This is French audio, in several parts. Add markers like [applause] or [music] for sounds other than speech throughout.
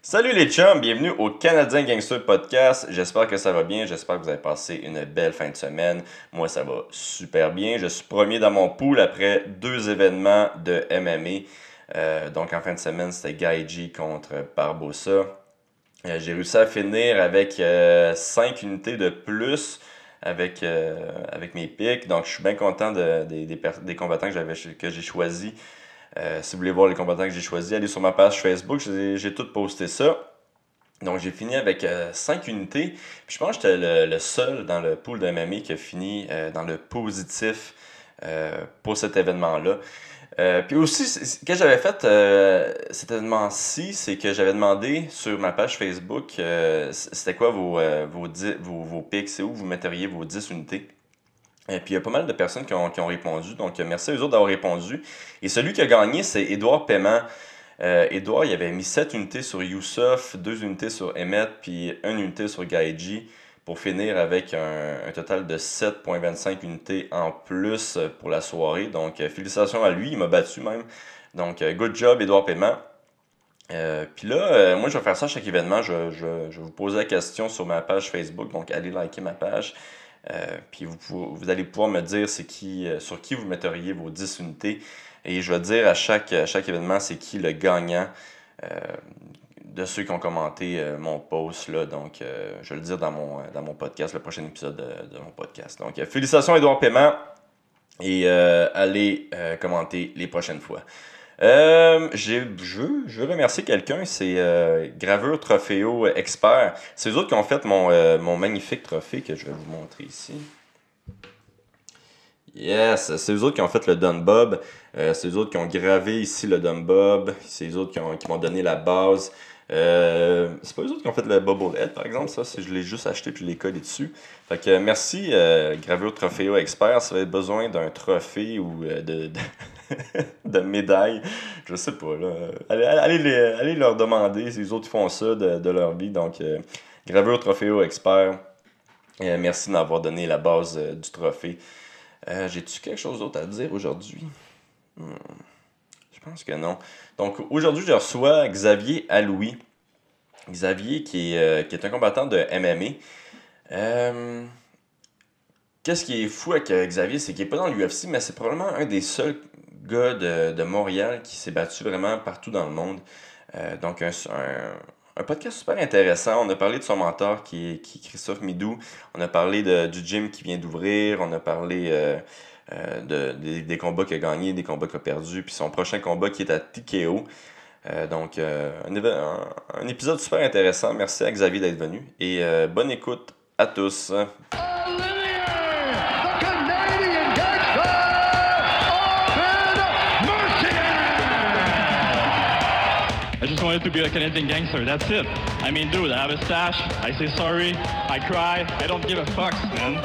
Salut les chums, bienvenue au Canadien Gangster Podcast. J'espère que ça va bien, j'espère que vous avez passé une belle fin de semaine. Moi, ça va super bien. Je suis premier dans mon pool après deux événements de MMA. Euh, donc en fin de semaine, c'était Gaiji contre Barbosa. Euh, J'ai réussi à finir avec 5 unités de plus avec, euh, avec mes pics. Donc je suis bien content de- des- des per- des combattants que j'avais que j'ai choisis. Euh, si vous voulez voir les combattants que j'ai choisis, allez sur ma page Facebook, j'ai j'ai tout posté ça. Donc j'ai fini avec 5 unités. Puis je pense que j'étais le, le seul dans le pool de MMA qui a fini euh, dans le positif euh, pour cet événement-là. Euh, puis aussi, c- c- ce que j'avais fait euh, cet événement-ci, c'est que j'avais demandé sur ma page Facebook, euh, c- c'était quoi vos, euh, vos, dix- vos, vos pics, c'est où vous metteriez vos 10 unités. Et puis il y a pas mal de personnes qui ont, qui ont répondu, donc euh, merci à eux autres d'avoir répondu. Et celui qui a gagné, c'est Édouard Paiement. Euh, Édouard, il avait mis 7 unités sur Youssef, 2 unités sur Emmett, puis 1 unité sur Gaiji, pour finir avec un, un total de 7,25 unités en plus euh, pour la soirée. Donc, euh, félicitations à lui, il m'a battu même. Donc, euh, good job, Édouard Paiement. Euh, puis là, euh, moi, je vais faire ça à chaque événement. Je, je- je vais vous poser la question sur ma page Facebook, donc allez liker ma page. Euh, puis vous, pou- vous allez pouvoir me dire c'est qui, euh, sur qui vous metteriez vos 10 unités. Et je vais dire à chaque, à chaque événement, c'est qui le gagnant euh, de ceux qui ont commenté euh, mon post. Là. Donc, euh, je vais le dire dans mon, dans mon podcast, le prochain épisode de, de mon podcast. Donc, euh, félicitations, Édouard Paiement. Et euh, allez euh, commenter les prochaines fois. Euh, j'ai- je, veux, je veux remercier quelqu'un, c'est euh, Gravure Trofeo Expert. C'est eux autres qui ont fait mon, euh, mon magnifique trophée que je vais vous montrer ici. Yes, c'est eux autres qui ont fait le Don Bob. Euh, c'est eux autres qui ont gravé ici le Dumb Bob. C'est eux autres qui, ont- qui m'ont donné la base. Euh, c'est pas eux autres qui ont fait le Bubblehead, par exemple. Ça, c'est- je l'ai juste acheté puis je l'ai collé dessus. Fait que euh, merci, euh, Gravure Trofeo Expert. Si vous avez besoin d'un trophée ou euh, de, de, de [laughs] médaille, je sais pas. Là. Allez, allez, les- allez leur demander. C'est eux autres qui font ça de, de leur vie. Donc, euh, Gravure Trofeo Expert, euh, merci d'avoir donné la base euh, du trophée. Euh, J'ai-tu quelque chose d'autre à dire aujourd'hui? Je pense que non. Donc aujourd'hui, je reçois Xavier Aloui. Xavier qui est, euh, qui est un combattant de MMA. Euh, Qu'est-ce qui est fou avec euh, Xavier, c'est qu'il n'est pas dans l'UFC, mais c'est probablement un des seuls gars de, de Montréal qui s'est battu vraiment partout dans le monde. Euh, donc un, un- un podcast super intéressant. On a parlé de son mentor qui est, qui est Christophe Midou. On a parlé de- du gym qui vient d'ouvrir. On a parlé... euh, euh, de, des, des combats qu'il a gagnés, des combats qu'il a perdus, puis son prochain combat qui est à TKO. Euh, donc, euh, un, éve- un- un épisode super intéressant. Merci à Xavier d'être venu et euh, bonne écoute à tous. Lanier, the Canadian gangster, Armin Mercier. I just wanted to be a Canadian gangster. That's it. I mean, dude, I have a stash. I say sorry. I cry. I don't give a fuck, man.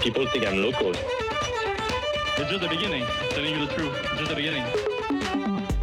people think I'm local. It's just the beginning. Telling you the truth. Just the beginning.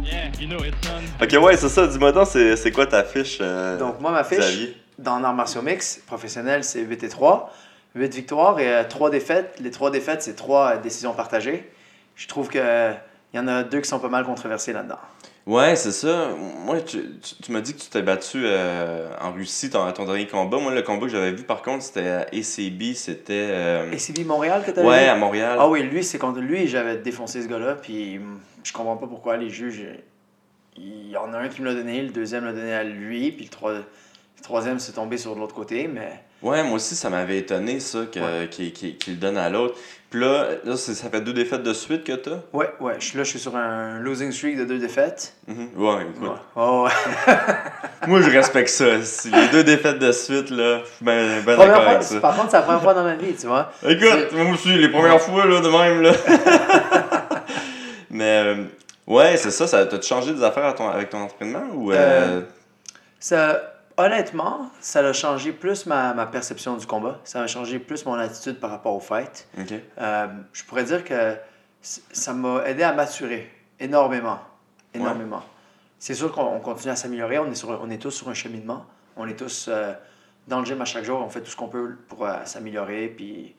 Yeah, you know it's um, done. Ok, ouais, c'est ça. Dis-moi donc, c'est c'est quoi ta fiche euh, Donc, moi, ma fiche, Xavier. dans Arts martiaux mix, professionnel, c'est 8 et 3. 8 victoires et 3 défaites. Les 3 défaites, c'est 3 décisions partagées. Je trouve que euh, il y en a deux qui sont pas mal controversées là-dedans. Ouais, c'est ça. Moi, tu, tu, tu m'as dit que tu t'es battu euh, en Russie ton, ton dernier combat. Moi, le combat que j'avais vu, par contre, c'était à ACB. C'était. euh, Et CB Montréal que tu ouais, à Montréal. Ah oui, lui, c'est contre lui, j'avais défoncé ce gars-là, puis hum, je comprends pas pourquoi les juges. euh, Il y en a un qui me l'a donné, le deuxième l'a donné à lui, puis le, troi- le troisième s'est tombé sur l'autre côté, mais. Ouais, moi aussi, ça m'avait étonné, ça, que, qu'il, qu'il- qu'il le donne à l'autre. Puis là, là c'est- ça fait deux défaites de suite que t'as. Ouais, ouais, je suis là, je suis sur un losing streak de deux défaites. Mhm. Ouais, écoute. Ouais. Oh, ouais. Moi, je respecte ça. Si les deux défaites de suite, là, je suis ben, ben Première d'accord fois- avec ça. par contre, c'est la première fois dans ma vie, tu vois. Écoute, moi aussi, les premières fois, là, de même, là. [laughs] Mais, euh, ouais, c'est ça. ça T'as-tu changé des affaires à ton- avec ton entraînement ou. euh, Ça, honnêtement, ça a changé plus ma, ma perception du combat. Ça a changé plus mon attitude par rapport au fight. Ok. Euh, je pourrais dire que c- ça m'a aidé à maturer énormément. Énormément. C'est sûr qu'on on continue à s'améliorer. On, est sur- on est tous sur un cheminement. On est tous euh, dans le gym à chaque jour. On fait tout ce qu'on peut pour euh, s'améliorer puis,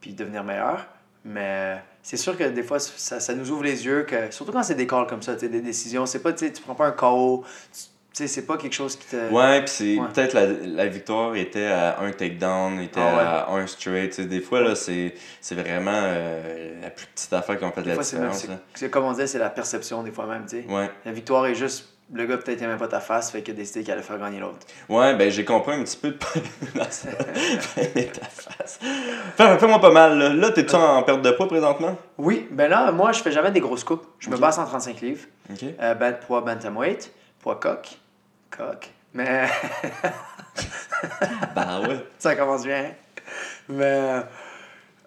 puis devenir meilleur. Mais c'est sûr que des fois, ça, ça nous ouvre les yeux. que Surtout quand c'est des calls comme ça, tu sais, des décisions. C'est pas, tu sais, tu prends pas un KO, tu- sais, c'est pas quelque chose qui te. Ouais, puis c'est Ouais. peut-être la, la victoire était à un takedown, était Ah à un straight. tu sais, des fois, là, c'est c'est vraiment euh, la plus petite affaire qui ont fait Des la fois, c'est même- différence. hein. là. c'est c'est comme on disait, c'est la perception des fois même, tu sais. Ouais. La victoire est juste, le gars peut-être aimait pas ta face, fait qu'il a décidé qu'il allait faire gagner [laughs] l'autre. ouais, ben j'ai compris un petit peu [laughs] de dans ça. Mais ta face. Fais- Fais-moi pas mal, là. Là, t'es-tu en perte de poids présentement? Oui, ben là, moi, je fais jamais des grosses coupes. Je me Ok. bats à 135 livres. Ok. Euh, ben, poids bantamweight, poids coq, coq. Mais [laughs] Bah ouais. ça commence bien. hein. Mais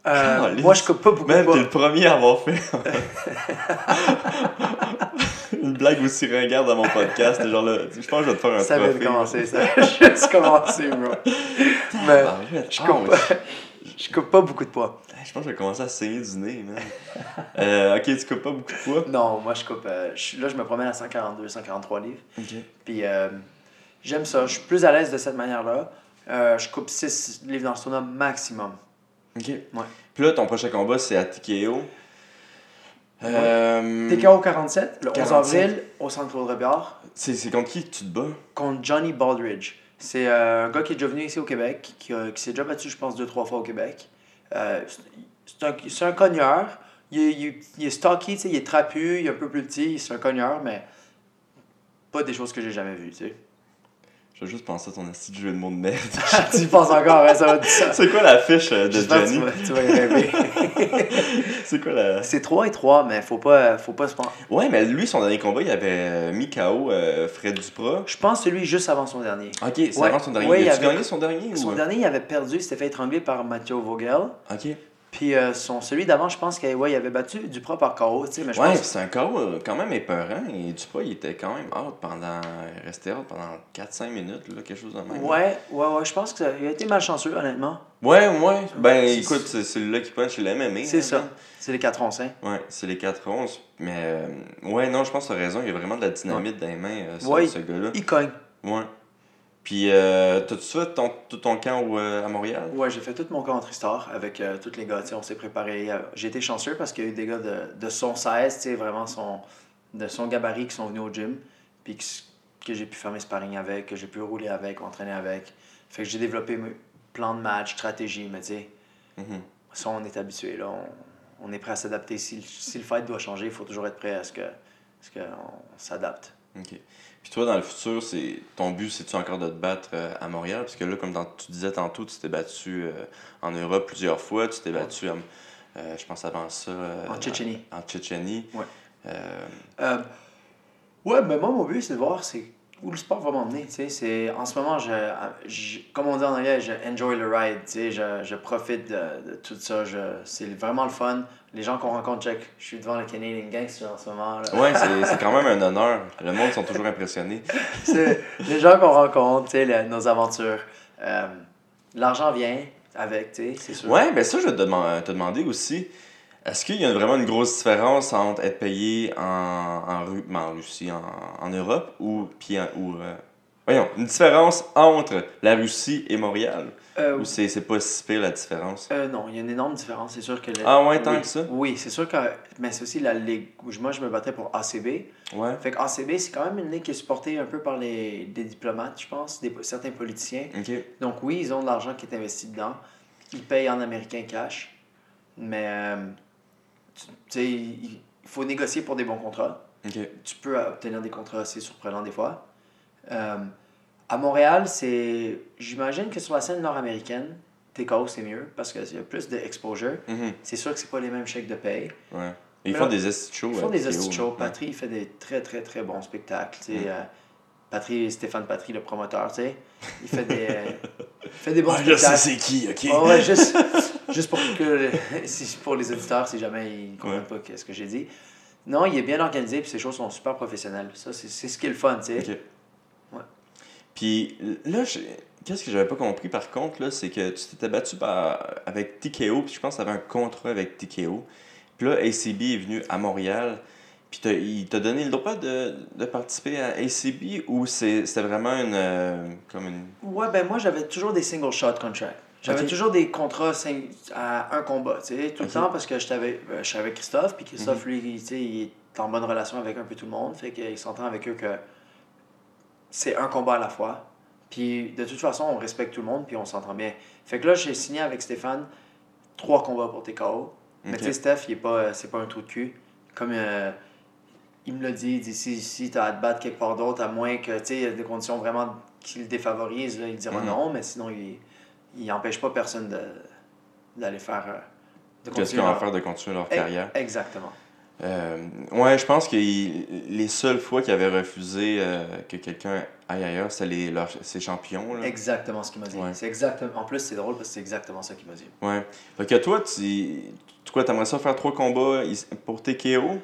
euh, Caliste. moi, je coupe pas beaucoup de Même, poids. t'es le premier à avoir fait. [laughs] Une blague aussi ringarde dans mon podcast. Genre, là, je pense que je vais te faire un Ça vient de trophée. commencer, ça [laughs] vient juste commencer, bro. [laughs] Mais Tabarouette. je Ah, ouais. coupe, pas, [laughs] je coupe pas beaucoup de poids. Ah, Je pense que je vais commencer à saigner du nez, man. [laughs] Euh, ok, tu coupes pas beaucoup de poids. Non, moi, je coupe. euh, je- là, je me promène à 142, 143 livres. Ok. Puis euh, j'aime ça. Je suis plus à l'aise de cette manière-là. Euh, je coupe 6 livres dans le sauna maximum. Ok. Puis là, ton prochain combat, c'est à TKO. Euh, TKO 47, le 11 47. avril, au centre Claude Robillard, C'est c'est contre qui que tu te bats contre Johnny Baldridge. C'est euh, un gars qui est déjà venu ici au Québec, qui, a- qui s'est déjà battu, je pense, deux, trois fois au Québec. Euh, c'est- c'est un, c'est un cogneur. Il est, il est- il est stocky, tu sais, il est trapu, il est un peu plus petit, c'est un cogneur, mais pas des choses que j'ai jamais vues, tu sais. [laughs] Je vais juste penser à ton asti de jeu de monde merde. tu y penses encore, hein, ça va ça. [laughs] c'est quoi la fiche euh, de J'espère que Johnny tu vas, tu vas y rêver. C'est quoi la. C'est 3 et 3, mais faut pas, faut pas se prendre. Ouais, mais lui, son dernier combat, il avait euh, mis KO euh, Fred Duprat. Je pense celui juste avant son dernier. Ok, c'est Ouais. avant son dernier. Ouais, il tu avait- gagné son dernier Son ou... dernier, il avait perdu, il s'était fait étrangler par Mathieu Vogel. Ok. Puis euh, son, celui d'avant, je pense qu'il ouais, il avait battu Duprat par KO, tu sais, mais je Ouais, pense. c'est un KO euh, quand même épeurant. Et Duprat, il était quand même out pendant. Il restait out pendant 4-5 minutes, là, quelque chose de même. Ouais, ouais, ouais, je pense qu'il a été malchanceux, honnêtement. Ouais, ouais. Ben Ah, C'est- écoute, c'est celui-là qui punch le MMA. C'est hein, ça. hein. C'est les 4 onces, hein. Ouais, c'est les 4-11. Mais euh, ouais, non, je pense que t'as raison. Il y a vraiment de la dynamite dans les mains, euh, sur Ouais. ce gars-là. Il cogne. Ouais. Puis, euh, t'as-tu fait ton, tout ton camp au, euh, à Montréal? Ouais, j'ai fait tout mon country star avec euh, tous les gars, tu sais, on s'est préparé. euh, j'ai été chanceux parce qu'il y a eu des gars de, de son 16, tu sais, vraiment son, de son gabarit qui sont venus au gym, puis que, s- que j'ai pu faire mes sparring avec, que j'ai pu rouler avec, entraîner avec. Fait que j'ai développé mes plans de match, stratégie, mais tu sais, Mhm. ça, on est habitué, là. On, on est prêt à s'adapter. Si, le- si le fight doit changer, il faut toujours être prêt à ce que, à ce que on s'adapte. Ok. Puis toi, dans le futur, c'est ton but, c'est-tu encore de te battre euh, à Montréal? Parce que là, comme dans- tu disais tantôt, tu t'es battu euh, en Europe plusieurs fois. Tu t'es battu, euh, euh, je pense, avant ça... euh, En Tchétchénie. En Tchétchénie. Ouais. Euh, Euh, ouais, mais moi, mon but, c'est de voir c'est où le sport va m'emmener. tu sais. C'est- En ce moment, je, je- comme on dit en anglais, je enjoy the ride. tu sais. Je, je profite de, de tout ça. je- C'est vraiment le fun. Les gens qu'on rencontre, check, je suis devant le Canadian Gangster en ce moment. là. ouais, c'est c'est quand même un honneur. Le monde sont toujours impressionnés. C'est les gens qu'on rencontre, tu sais, le- nos aventures. Euh, L'argent vient avec, tu sais, c'est sûr. Ouais, ben ça, je vais te, deman- te demander aussi. Est-ce qu'il y a vraiment une grosse différence entre être payé en, en, Ru- ben, en Russie, en, en Europe, ou. Puis en- ou euh, voyons, une différence entre la Russie et Montréal Euh, Ou c'est c'est pas si pire la différence Euh, non, il y a une énorme différence. C'est sûr que. le- Ah ouais, tant oui. que ça? Oui, c'est sûr que. Mais c'est aussi la ligue. où je- Moi, je me battais pour ACB. Ouais. Fait que ACB, c'est quand même une ligue qui est supportée un peu par les, des diplomates, je pense, des, certains politiciens. Ok. Donc, oui, ils ont de l'argent qui est investi dedans. Ils payent en américain cash. Mais. euh, tu tu sais, il il faut négocier pour des bons contrats. Ok. Tu peux obtenir des contrats assez surprenants des fois. Euh, à Montréal, c'est. J'imagine que sur la scène nord-américaine, TKO, c'est mieux parce qu'il y a plus d'exposure. Mhm. C'est sûr que c'est pas les mêmes chèques de paye. Ouais. Ils Mais font Ben là, des hosties de shows. euh, Ils font à des TKO, hosties de shows. ouais. Patry, il fait des très, très, très bons spectacles. tu sais, Mm. euh, Patry, Stéphane Patry, le promoteur, tu sais, il [laughs] fait des, euh, il fait des bons Ah, je sais spectacles. c'est qui, ok. Ouais, Ah ouais, juste, juste pour, que, si, pour les [laughs] auditeurs, si jamais ils ne comprennent pas ce que j'ai dit. Non, il est bien organisé, puis ses choses sont super professionnelles. Ça, c'est c'est ce qui est le fun, tu sais. Ok. Ouais. Puis là, je- qu'est-ce que j'avais pas compris par contre, là, c'est que tu t'étais battu par... avec TKO, puis je pense que t'avais un contrat avec TKO. Puis là, ACB est venu à Montréal, puis t'as- il t'a donné le droit de, de participer à ACB ou c'est- c'était vraiment une. euh, comme une. Ouais, ben moi, j'avais toujours des single shot contracts. J'avais Ok. toujours des contrats sing- à un combat, tu sais, tout le Ok. Mhm. temps parce que j'étais avec, euh, j'étais avec Christophe, puis Christophe, lui, il- tu sais, il est en bonne relation avec un peu tout le monde, fait qu'il s'entend avec eux que c'est un combat à la fois. Puis de toute façon, on respecte tout le monde, puis on s'entend bien. Fait que là, j'ai signé avec Stéphane trois combats pour TKO. Mais Ok. tu sais, Steph, il est pas, euh, c'est pas un trou de cul. Comme euh, il me l'a dit, il dit si, si tu as à te battre quelque part d'autre, à moins que tu sais, il y a des conditions vraiment qui le défavorisent, là, il dira Mhm. non, mais sinon, il, il empêche pas personne de, d'aller faire. euh, de Qu'est-ce continuer qu'on va leur- faire de continuer leur Eh, carrière? Exactement. Euh, ouais, je pense que il- les seules fois qu'ils avaient refusé euh, que quelqu'un aille ailleurs, c'était les, leurs, ses champions. Là. Exactement ce qu'il m'a dit. Mm. Ouais. C'est exactement... En plus, c'est drôle parce que c'est exactement ça qu'il m'a dit. Ouais. Fait que toi, tu. tu- Quoi, t'aimerais ça faire trois combats ici- pour TKO?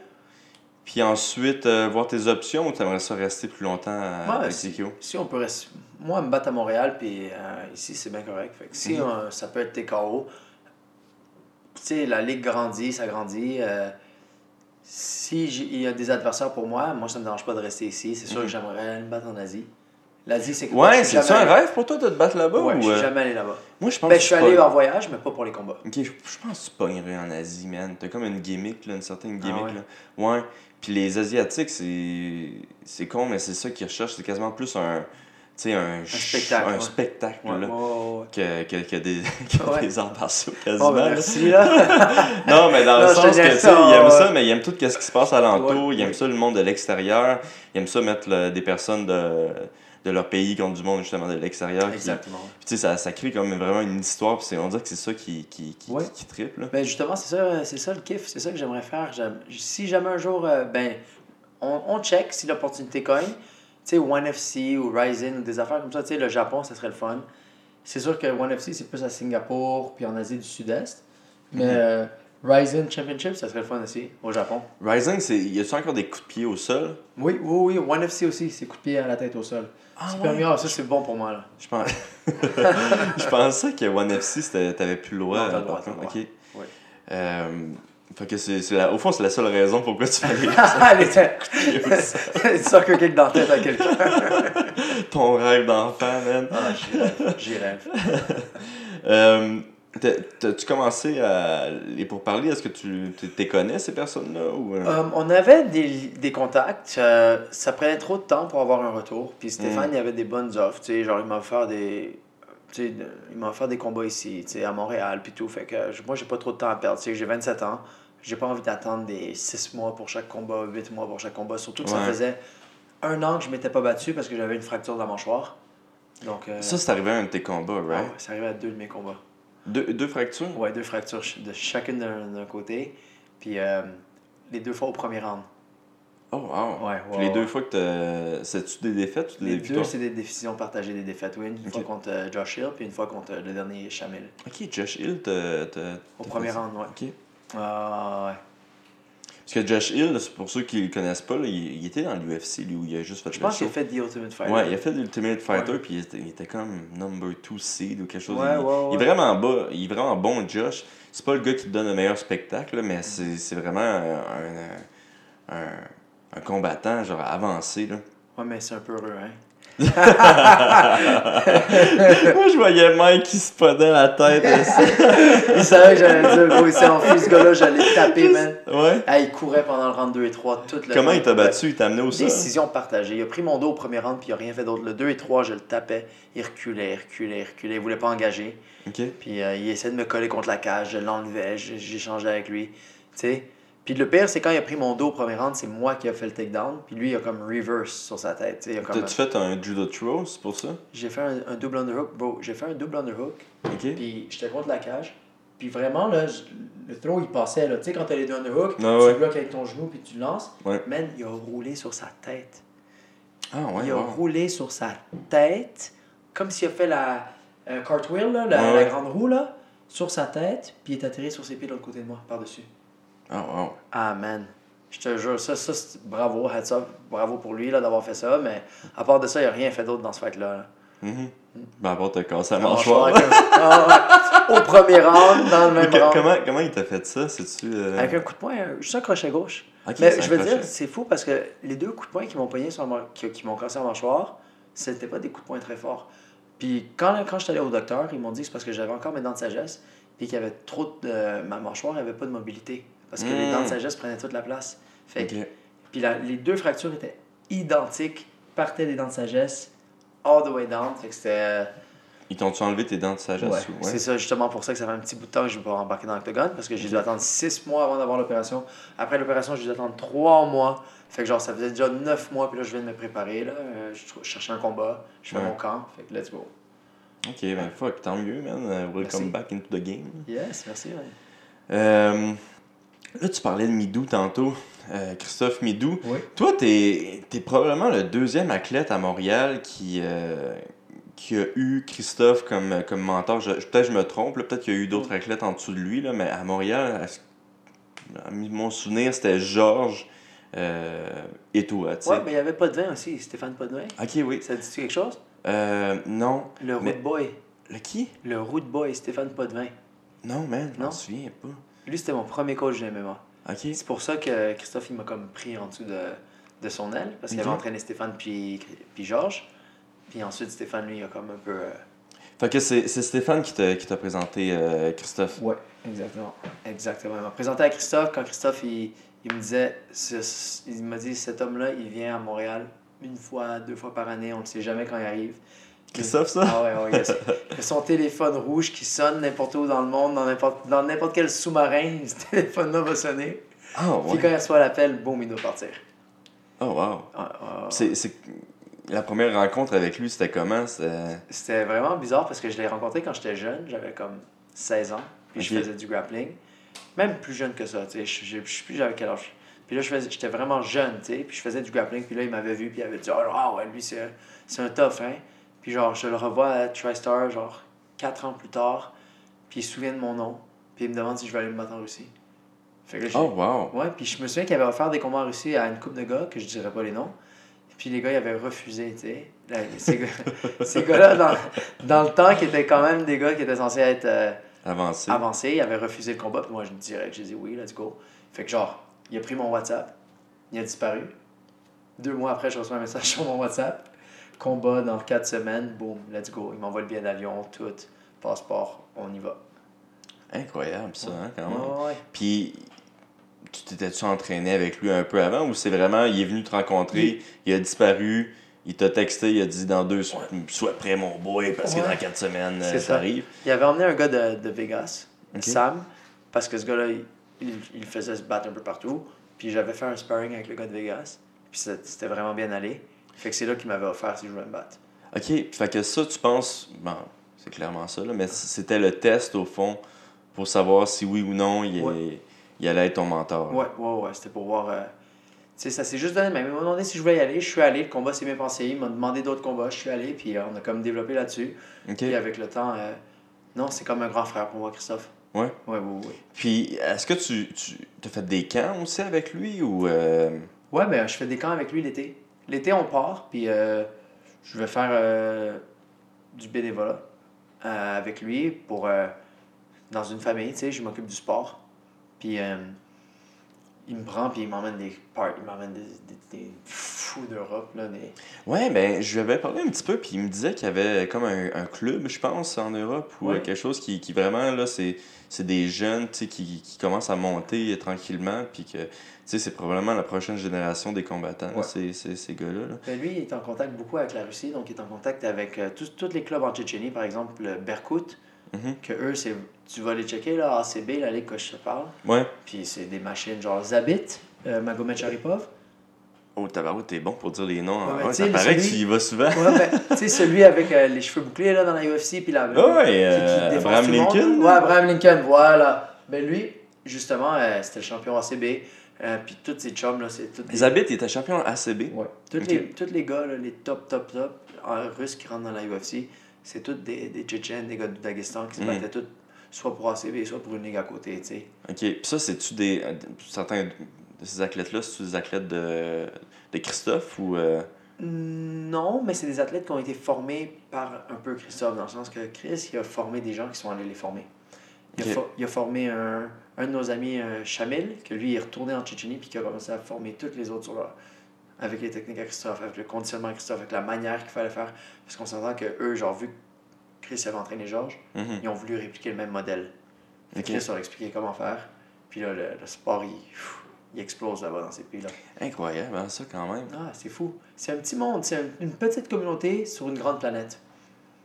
Puis ensuite, euh, voir tes options ou t'aimerais ça rester plus longtemps à, Ouais, avec si- TKO? Si on peut rester... Moi, me battre à Montréal, puis euh, ici, c'est bien correct. Fait que si Mhm. euh, ça peut être TKO, tu sais, la ligue grandit, ça grandit. euh, si j'ai- il y a des adversaires pour moi, moi, ça me dérange pas de rester ici. C'est sûr Mhm. que j'aimerais me battre en Asie. L'Asie, c'est quoi? Ouais, c'est ça un rêve pour toi de te battre là-bas? Ouais, ou, je suis euh, jamais allé là-bas. Moi, je pense Ben, que je suis tu allé pognes- en voyage, mais pas pour les combats. Ok, je, je pense que tu pognerais en Asie, man. T'as comme une gimmick, là, une certaine Ah gimmick. ouais? Là. ouais. Puis les Asiatiques, c'est. C'est con, mais c'est ça qu'ils recherchent. C'est quasiment plus un. Tu sais, un, ch- spectacle, Un ouais. spectacle, Ouais, là. ouais, ouais. Que, que, que des, [laughs] que Ouais. des arts martiaux, quasiment. Bon, ben, là. merci, là. [laughs] Non, mais dans Non, le je te sens que, dirais tu sais, ça, ils aiment ouais. ça, mais ils aiment tout ce qui se passe alentour, Ouais. ils aiment ça le monde de l'extérieur, ils aiment ça mettre le- des personnes de, de leur pays contre du monde, justement, de l'extérieur. qui- Exactement. Puis, tu sais, ça, ça crée comme vraiment une histoire, puis c'est- on dirait que c'est ça qui, qui, qui, Ouais. qui, qui trippe, là. Ben justement, c'est ça, c'est ça le kiff, c'est ça que j'aimerais faire. J'aime- Si jamais un jour, euh, ben, on, on check si l'opportunité cogne. Tu sais, One FC ou Ryzen ou des affaires comme ça, tu sais, le Japon, ça serait le fun. C'est sûr que One FC, c'est plus à Singapour puis en Asie du Sud-Est. Mais Mhm. euh, Ryzen Championship, ça serait le fun aussi, au Japon. Rising, c'est... y a-tu encore des coups de pied au sol? Oui, oui, oui, One FC aussi, c'est coup de pied à la tête au sol. c'est permis, ah, ça c'est bon pour moi, là. Je, pense... [laughs] je pensais que One FC, c'était- t'avais plus le droit. Non, t'as le euh, droit, par t'as le contre. droit. Ok. Ouais. Euh, fait que c'est, c'est la- Au fond, c'est la seule raison pourquoi tu fais [laughs] [laughs] Allez, [laughs] au sol. sors que kick dans la tête à quelqu'un. ton rêve d'enfant, man. Ah, j'y rêve, j'y rêve. Euh, t'as- T'as-tu commencé à les pourparlers? Est-ce que tu t'es- t'es connais, ces personnes-là? Ou... euh? Euh, on avait des, des contacts. euh, ça prenait trop de temps pour avoir un retour. Puis Stéphane, Mm. il avait des bonnes offres. Tu sais, genre, il m'a offert des. tu sais, de- il m'a offert des combats ici, tu sais, à Montréal, puis tout. Fait que euh, moi, j'ai pas trop de temps à perdre. Tu sais, j'ai 27 ans. J'ai pas envie d'attendre des 6 mois pour chaque combat, 8 mois pour chaque combat. Surtout que ça Ouais. faisait un an que je m'étais pas battu parce que j'avais une fracture de la mâchoire. Donc, euh, Ça, c'est arrivé à un de tes combats, ah right? ouais, ça arrivait à deux de mes combats. Deux, deux fractures? Ouais, deux fractures ch- de chacune d'un d'un côté. Puis euh, les deux fois au premier round. Oh, wow. Ouais, ouais, Puis les ouais. deux fois que t'as... C'est-tu des défaites ou des Les deux, victoires? c'est des décisions partagées, des défaites win. Une Ok. fois contre euh, Josh Hill, puis une fois contre euh, le dernier Chamel. Ok, Josh Hill, t'as... t'as- Au t'as premier fait ça. round, ouais. Ok. Ah, ouais. Parce que Josh Hill, c'est pour ceux qui le connaissent pas, là, il, il était dans l'UFC, lui, où il a juste fait Je le pense qu'il show. a fait The Ultimate Fighter. Ouais, il a fait l'Ultimate Fighter, Ouais. puis il était, il était comme number two seed ou quelque chose. Ouais, il, ouais, il est ouais. vraiment bas, il est vraiment bon, Josh. C'est pas le gars qui te donne le meilleur spectacle, là, mais c'est c'est vraiment un, un, un- un combattant, genre avancé. Là. Ouais, mais c'est un peu heureux, hein. [laughs] Moi, je voyais Mike qui se podait la tête. [laughs] là, c'est- Il savait que j'allais dire, gros, il s'est enfui, ce gars-là, j'allais taper, man. ouais. Ah, il courait pendant le round 2 et 3 toute la Comment il t'a battu Il t'a amené au sol Décision partagée. Il a pris mon dos au premier round, puis il a rien fait d'autre. Le 2 et 3, je le tapais. Il reculait, il reculait, il reculait. Il voulait pas engager. Ok. Puis euh, il essayait de me coller contre la cage, je l'enlevais, j- j'échangeais avec lui. Tu sais? Puis le pire, c'est quand il a pris mon dos au premier round, c'est moi qui ai fait le takedown. Puis lui, il a comme reverse sur sa tête. tu sais, il a comme- T'as-tu fait un judo throw, c'est pour ça J'ai fait un, un double underhook, bro. J'ai fait un double underhook. Ok. Puis j'étais contre la cage. Puis vraiment, là, j- le throw, il passait. là. Tu sais, quand t'as les deux underhooks, Ah tu ouais. bloques avec ton genou, puis tu lances. Ouais. Man, il a roulé sur sa tête. Ah, ouais, il a wow. roulé sur sa tête, comme s'il a fait la euh, cartwheel, là, la, Ouais, la ouais. grande roue, là, sur sa tête, puis il est atterré sur ses pieds de l'autre côté de moi, par-dessus. Ah, wow. Ah, man. Je te jure, ça, ça c'est- bravo, hats off, bravo pour lui là, d'avoir fait ça, mais à part de ça, il a rien fait d'autre dans ce fight-là. là. Mhm. Ben, après, t'as cassé la La mâchoire. mâchoire, comme- [laughs] Ah, ouais. Au premier round, dans le même Que- round. Comment, comment il t'a fait ça C'est-tu. euh, Avec un coup de poing, un- juste un crochet gauche. ok, Mais c'est je veux un crochet. dire, c'est fou parce que les deux coups de poing qui m'ont poigné sur la mâ- qui, qui m'ont cassé la mâchoire, c'était pas des coups de poing très forts. Puis quand, quand je suis allé au docteur, ils m'ont dit que c'est parce que j'avais encore mes dents de sagesse, puis qu'il y avait trop de. Ma mâchoire avait pas de mobilité. Parce que les Mm. dents de sagesse prenaient toute la place. Fait que- Ok. Puis la- les deux fractures étaient identiques. partait des dents de sagesse. all the way down. Fait que c'était. euh, Ils t'ont-tu enlevé tes dents de sagesse? Ouais, ou- C'est ça, justement pour ça que ça fait un petit bout de temps que je ne vais pas embarquer dans l'octogone parce que j'ai dû attendre 6 mois avant d'avoir l'opération. Après l'opération, j'ai dû attendre 3 mois. Fait que genre, ça faisait déjà 9 mois, puis là, je viens de me préparer. Là. Euh, Je trou- je cherchais un combat, je fais Ouais. mon camp. Fait que let's go. Ok, ben fuck, tant mieux, man. Euh, Welcome Merci. back into the game. Yes, merci. ouais. Euh, là, tu parlais de Midou tantôt. Euh, Christophe Midou. Oui. Toi, t'es es probablement le deuxième athlète à Montréal qui, euh, qui a eu Christophe comme, comme mentor. Je- je- Peut-être que je me trompe, là, peut-être qu'il y a eu d'autres athlètes en dessous de lui, là, mais à Montréal, à, ce- à mon souvenir, c'était Georges euh, et toi. tu sais. Ouais, ben mais il y avait Podvin aussi, Stéphane Podvin. Ok, oui. Ça te dit quelque chose Euh, non. Le Mais- Root Boy. Le qui Le Root Boy, Stéphane Podvin. Non, man, je m'en Non. souviens pas. Lui, c'était mon premier coach de MMA. Ok. C'est pour ça que Christophe, il m'a comme pris en dessous de, de son aile, parce qu'il avait Ok. entraîné Stéphane puis, puis Georges. Puis ensuite, Stéphane, lui, il a comme un peu... euh, Fait que c'est c'est Stéphane qui t'a qui t'a présenté euh, Christophe. Ouais, exactement. Exactement. Il m'a présenté à Christophe. Quand Christophe, il, il me disait, ce- ce- il m'a dit, cet homme-là, il vient à Montréal une fois, deux fois par année. On ne sait jamais quand il arrive. Christophe, ça Ah ouais, ouais. il a- il a son téléphone rouge qui sonne n'importe où dans le monde, dans n'importe dans n'importe quel sous-marin, [laughs] ce téléphone-là va sonner. Ah, Puis quand il reçoit l'appel, boum, il doit partir. Oh, wow. Ah, ah, ah. C'est, c'est- La première rencontre avec lui, c'était comment? C'était- C'était vraiment bizarre parce que je l'ai rencontré quand j'étais jeune, j'avais comme 16 ans, puis Ok. je faisais du grappling. Même plus jeune que ça, tu sais, je je- je sais plus j'avais quel âge. Puis là, je faisais- j'étais vraiment jeune, tu sais, puis je faisais du grappling, puis là, il m'avait vu, puis il avait dit « Ah ouais, lui, c'est c'est un tough, hein? » Puis genre, je le revois à TriStar, genre, 4 ans plus tard, puis il se souvient de mon nom, puis il me demande si je vais aller me battre en Russie. Fait que là, j'ai- Oh, wow. Ouais, puis je me souviens qu'il avait offert des combats en Russie à une coupe de gars, que je dirais pas les noms. Puis les gars, ils avaient refusé, tu sais. Là, Ces gars- ces gars-là, dans, dans le temps, qui étaient quand même des gars qui étaient censés être euh, Avancé. avancés, ils avaient refusé le combat. Puis moi, je me dirais que j'ai dit oui, let's go. Fait que genre, il a pris mon WhatsApp, il a disparu. Deux mois après, je reçois un message [laughs] sur mon WhatsApp. Combat dans quatre semaines, boum, let's go. Il m'envoie le billet d'avion, tout, passeport, on y va. Incroyable, ça, hein, quand même. Ouais, ouais. Puis, tu t'étais-tu entraîné avec lui un peu avant ou c'est vraiment, il est venu te rencontrer, il a disparu, il t'a texté, il a dit dans deux sois, sois prêt, mon boy, parce que Ouais. dans quatre semaines, euh, C'est ça ça. arrive. Il avait emmené un gars de, de Vegas, Ok. Sam, parce que ce gars-là, il, il- il faisait se battre un peu partout. Puis j'avais fait un sparring avec le gars de Vegas. Puis ça- c'était vraiment bien allé. Fait que c'est là qu'il m'avait offert si je voulais me battre. Ok, fait que ça, tu penses, bon, c'est clairement ça, là, mais c- c'était le test au fond pour savoir si oui ou non il, est- Ouais. il allait être ton mentor. Ouais, ouais, ouais, c'était pour voir. euh, Tu sais, ça s'est juste donné. Mais il m'a demandé si je voulais y aller. Je suis allé. Le combat s'est bien passé. Il m'a demandé d'autres combats. Je suis allé. Puis euh, on a comme développé là-dessus. Ok. Puis avec le temps, euh, non, c'est comme un grand frère pour moi, Christophe. Ouais. Ouais, ouais, ouais. Puis, est-ce que tu, tu as fait des camps aussi avec lui ou. euh, Ouais, ben je fais des camps avec lui l'été. L'été, on part, puis euh, je vais faire euh, du bénévolat euh, avec lui pour euh, dans une famille, tu sais, je m'occupe du sport. Puis euh, il me prend, puis il m'emmène des parts, il m'emmène des, des- des fous d'Europe, là, des... Ouais, ben, je lui avais parlé un petit peu, puis il me disait qu'il y avait comme un, un club, je pense, en Europe ou Ouais. euh, quelque chose qui, qui vraiment, là, c'est, c'est des jeunes, tu sais, qui, qui commencent à monter euh, tranquillement, puis que, tu sais, c'est probablement la prochaine génération des combattants, là, Ouais. ces, ces- ces gars-là. là. Ben, lui, il est en contact beaucoup avec la Russie, donc il est en contact avec euh, tous tous les clubs en Tchétchénie, par exemple le Berkut, Mhm. que eux, c'est tu vas les checker, là, ACB, la ligue que je te parle, Ouais. puis c'est des machines genre Zabit, euh, Magomed Sharipov, Oh, tabarouette, t'es bon pour dire les noms. Ouais, hein. ben, Ouais, tu ça sais, paraît que celui- tu y vas [laughs] souvent. Ouais, ben, tu sais, celui avec euh, les cheveux bouclés là, dans la UFC, puis la. Ah ouais, qui- qui euh, défonce Abraham tout le monde. Lincoln, Ouais, Abraham Lincoln, voilà. Ben lui, justement, euh, c'était le champion ACB. euh, puis tous ces chums, là, c'est tous des- Les Zabit, il était champion ACB. Ouais. tous ok. les, tous les gars, là, les top, top, top euh, russes qui rentrent dans la UFC, c'est tous des, des Tchétchènes, des gars du Daghestan qui se Mhm. battaient tous, soit pour ACB, soit pour une ligue à côté, tu sais. OK. Puis ça, c'est-tu des. euh, Certains de ces athlètes-là, c'est-tu des athlètes de, de Christophe ou. euh, Non, mais c'est des athlètes qui ont été formés par un peu Christophe, dans le sens que Chris, il a formé des gens qui sont allés les former. Il, Ok. a, fo- il a formé un, un de nos amis, euh, Chamil, que lui, il est retourné en Tchétchénie puis qui a commencé à former toutes les autres sur leur- avec les techniques à Christophe, avec le conditionnement à Christophe, avec la manière qu'il fallait faire. Parce qu'on s'entend que eux, genre, vu que Chris avait entraîné Georges, mhm. ils ont voulu répliquer le même modèle. Fait que Ok. Chris leur a expliqué comment faire. Puis là, le, le sport, il, pff, ils explosent là-bas dans ces pays-là. Incroyable, hein, ça quand même. Ah, c'est fou. C'est un petit monde, c'est un- une petite communauté sur une grande planète.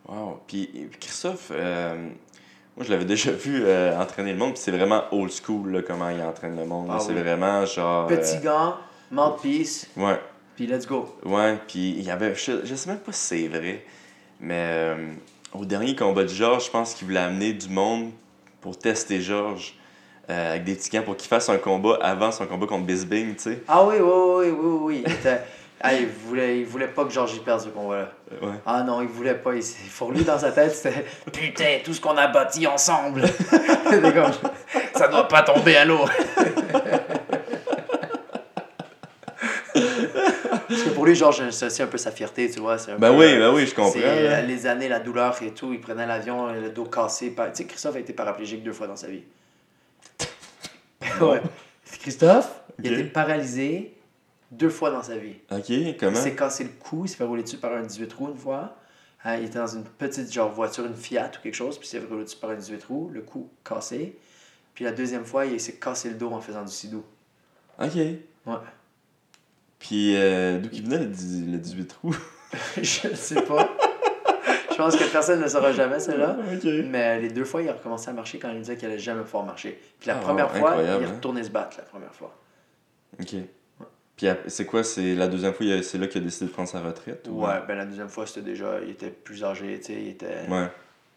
Wow. Puis Christophe, euh, moi je l'avais déjà vu euh, entraîner le monde, puis c'est vraiment old school là, comment il entraîne le monde. là. Ah c'est oui. vraiment genre. Petit gant, mouthpiece, euh, ouais, puis let's go. ouais. Puis il y avait. Je, je sais même pas si c'est vrai, mais euh, au dernier combat de Georges, je pense qu'il voulait amener du monde pour tester Georges euh, avec des tickets pour qu'il fasse un combat avant son combat contre Bisbing, tu sais. Ah oui, oui, oui, oui, oui. Il, [laughs] était... ah, il, voulait, il voulait pas que Georgie perde ce combat-là. Euh, Ouais. Ah non, il voulait pas. Il... s'est- Pour lui, dans sa tête, c'était [laughs] Putain, tout ce qu'on a bâti [laughs] ensemble. C'était comme, Ça doit pas tomber à l'eau. Parce que pour lui, Georges, c'est aussi un peu sa fierté, tu vois. c'est un Ben peu, oui, euh, ben oui, je comprends. C'est là. euh, les années, la douleur et tout. Il prenait l'avion, euh, le dos cassé. par- Tu sais, Christophe a été paraplégique deux fois dans sa vie. [laughs] ouais. Christophe, il Ok. a été paralysé deux fois dans sa vie. Ok, Il comment s'est cassé le cou, il s'est fait rouler dessus par un 18 roues une fois. Euh, il était dans une petite genre voiture, une Fiat ou quelque chose, puis il s'est fait rouler dessus par un 18 roues, le cou cassé. Puis la deuxième fois, il s'est cassé le dos en faisant du sidou. [laughs] Ok. Ouais. Puis euh, d'où qu'il venait le, dix- le 18 roues Je ne sais pas. Je pense que personne ne le saura jamais, celle-là. Ok. Mais les deux fois, il a recommencé à marcher quand il me disait qu'il allait jamais pouvoir marcher. Puis la Ah, première wow, fois, incroyable, il est hein. retourné se battre la première fois. [laughs] Ok. Puis ap- c'est quoi, c'est la deuxième fois, il a- c'est là qu'il a décidé de prendre sa retraite? ou- Ouais, ben la deuxième fois, c'était déjà, il était plus âgé, tu sais, il était... Ouais.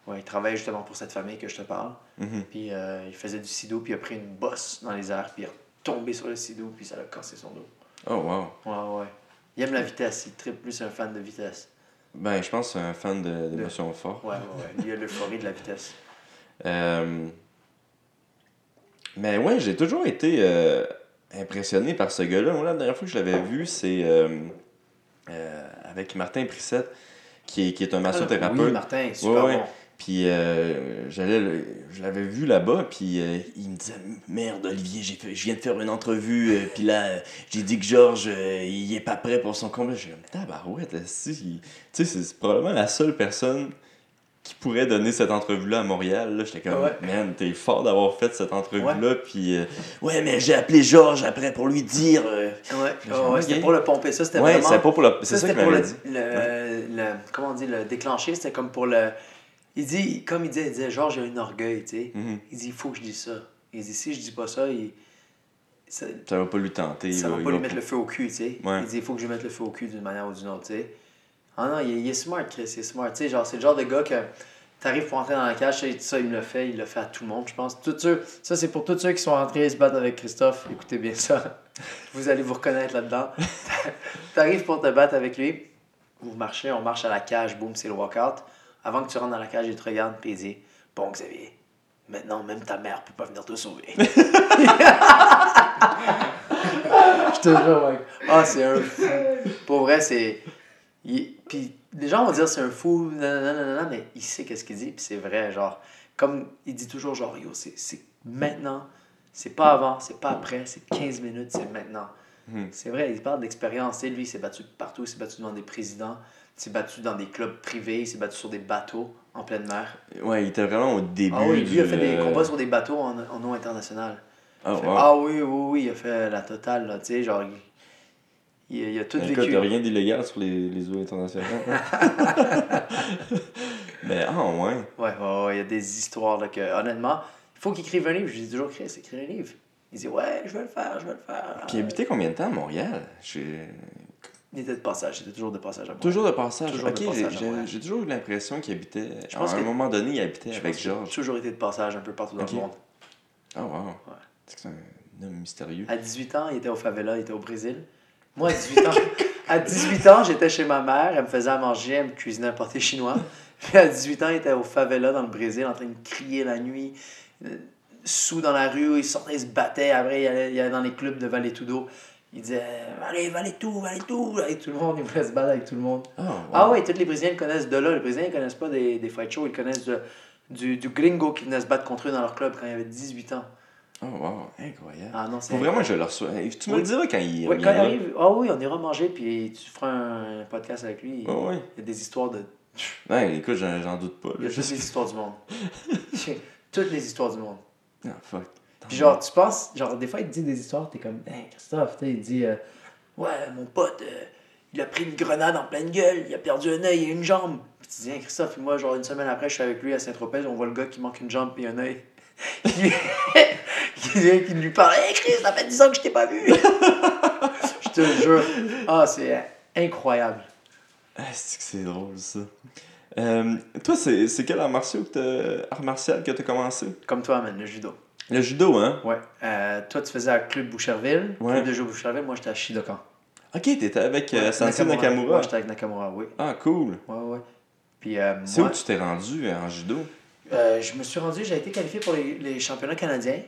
Ouais, il travaillait justement pour cette famille que je te parle. Mhm. Puis euh, il faisait du sidou, puis il a pris une bosse dans les airs, puis il est tombé sur le sidou, puis ça l'a cassé son dos. Oh wow. Ouais, ouais. Il aime la vitesse, il tripe plus un fan de vitesse. Ben, je pense que c'est un fan de- d'émotions fortes. Ouais, ouais, ouais. Il a l'euphorie de la vitesse. Euh, Mais ouais, j'ai toujours été euh, impressionné par ce gars-là. Moi, La dernière fois que je l'avais vu, c'est euh, euh, avec Martin Prissette, qui est, qui est un Ah, Oui, massothérapeute. Martin, super ouais. bon. Puis euh, j'allais, le- je l'avais vu là-bas, puis euh, il me disait Merde, Olivier, j'ai fait- je viens de faire une entrevue, euh, puis là, euh, j'ai dit que Georges, euh, il est pas prêt pour son combat. J'ai dit Tabarouette, esti, il- tu sais, c'est probablement la seule personne qui pourrait donner cette entrevue-là à Montréal. là. J'étais comme Ouais. Man, t'es fort d'avoir fait cette entrevue-là, puis euh, Ouais, mais j'ai appelé Georges après pour lui dire. euh. Ouais, Je me ouais, ouais, suis c'était dit, pour le pomper, ça, c'était Ouais, vraiment... c'est pas pour la. C'est Ça, ça, c'était qu'il pour m'avait le, dit. le- le- comment on dit, le déclencher, c'était comme pour le... Il dit, comme il disait, il disait, genre, j'ai un orgueil, tu sais. Mhm. Il dit, il faut que je dise ça. Il dit, si je dis pas ça, il... ça- Ça va pas lui tenter. ça il va il pas lui mettre le feu au cul, tu sais. Ouais. Il dit, il faut que je lui mette le feu au cul d'une manière ou d'une autre, tu sais. Ah non, il est, il est smart, Chris, il est smart. Tu sais, genre, c'est le genre de gars que t'arrives pour entrer dans la cage, et ça, il me le fait, il le fait à tout le monde, je pense. Tous ceux, ça, c'est pour tous ceux qui sont entrés se battre avec Christophe. Écoutez bien ça. [laughs] Vous allez vous reconnaître là-dedans. [laughs] T'arrives pour te battre avec lui, vous marchez, on marche à la cage, boum, c'est le walkout. Avant que tu rentres dans la cage, il te regarde, puis il dit, bon, Xavier, maintenant, même ta mère peut pas venir te sauver. Je te jure, mec. Ah, c'est un fou. Pour vrai, c'est. il- Puis les gens vont dire c'est un fou, nanana, nanana, mais il sait qu'est-ce qu'il dit, puis c'est vrai, genre. Comme il dit toujours, genre, yo, c'est c'est maintenant, c'est pas avant, c'est pas après, c'est 15 minutes, c'est maintenant. Mhm. C'est vrai, il parle d'expérience. tu sais, Lui, il s'est battu partout, il s'est battu devant des présidents, il s'est battu dans des clubs privés, il s'est battu sur des bateaux en pleine mer. Ouais, il était vraiment au début. Ah oui, lui a du, fait des euh, combats sur des bateaux en, en eau internationale. Ah, Il fait, wow. Ah oui, oui, oui, il a fait la totale, là, tu sais, genre, il, il a- il a tout Écoute, vécu. y a rien d'illégal sur les, les eaux [laughs] internationales. Mais ah, ouais. Ouais, ouais, ouais, il y a des histoires, là, que, honnêtement, il faut qu'il écrive un livre. Je dis toujours, Chris, écris un livre. Il dit, ouais, je vais le faire, je vais le faire. Puis il habitait combien de temps à Montréal J'ai- Il était de passage, j'étais toujours de passage à Toujours de passage. Toujours de ok, j'ai- passage à j'ai- Montréal. j'ai toujours eu l'impression qu'il habitait. Je pense à un que- moment donné, il habitait Je avec pense qu'il a Georges. Toujours été de passage un peu partout dans Ok. le monde. Ah, wow. C'est que c'est un homme mystérieux. À 18 ans, il était au favela, il était au Brésil. Moi, à 18 ans, [laughs] à 18 ans j'étais chez ma mère, elle me faisait à manger, elle me cuisinait un pâté chinois. Puis à 18 ans, il était au favela dans le Brésil en train de crier la nuit, euh, sous dans la rue, il sortait, il se battait. Après, il allait, il allait dans les clubs de Valetudo. Il disait Allez, Valetou, Valetou, avec tout le monde, il voulait se battre avec tout le monde. Ah, wow. Ah oui, tous les Brésiliens le connaissent de là. Les Brésiliens ne connaissent pas des, des fight shows, ils connaissent de- du, du gringo qui venait se battre contre eux dans leur club quand il avait 18 ans. Ah, wow. Incroyable. Ah non, c'est Faut vraiment que je le reçois. Eh, Tu me Oui. le diras quand il Ouais, quand il reviendra. arrive, ah oui, on ira manger, puis tu feras un podcast avec lui. Il, Ouais, ouais. il y a des histoires de. Ouais, Oh, Ben, écoute, j'en j'en doute pas. Il y là. [laughs] [laughs] a toutes les histoires du monde. toutes les histoires du monde. Ah, fuck. Puis genre, tu penses, genre, des fois, il te dit des histoires, t'es comme, hey, Christophe, tu sais, il dit, euh, ouais, mon pote, euh, il a pris une grenade en pleine gueule, il a perdu un œil et une jambe. Puis tu dis, hey, Christophe, puis moi, genre, une semaine après, je suis avec lui à Saint-Tropez, on voit le gars qui manque une jambe et un œil. [laughs] qui, qui vient, qui lui parle, hey, Chris, ça fait 10 ans que je t'ai pas vu. [laughs] je te jure. Ah, c'est euh, incroyable. Ah, c'est que c'est drôle ça. Euh, toi, c'est c'est quel art martial que t'as- art martial que t'as commencé Comme toi, man, le judo. Le judo, hein Ouais. Euh, toi, tu faisais à Club Boucherville, Ouais. Club de jeu Boucherville, moi, j'étais à Shidokan. Ok, t'étais avec euh, Sensei Nakamura. Ouais, j'étais avec Nakamura, oui. Ah, cool. Ouais, ouais. Puis, euh, C'est moi, où tu t'es rendu euh, en judo euh, je me suis rendu, j'ai été qualifié pour les, les championnats canadiens.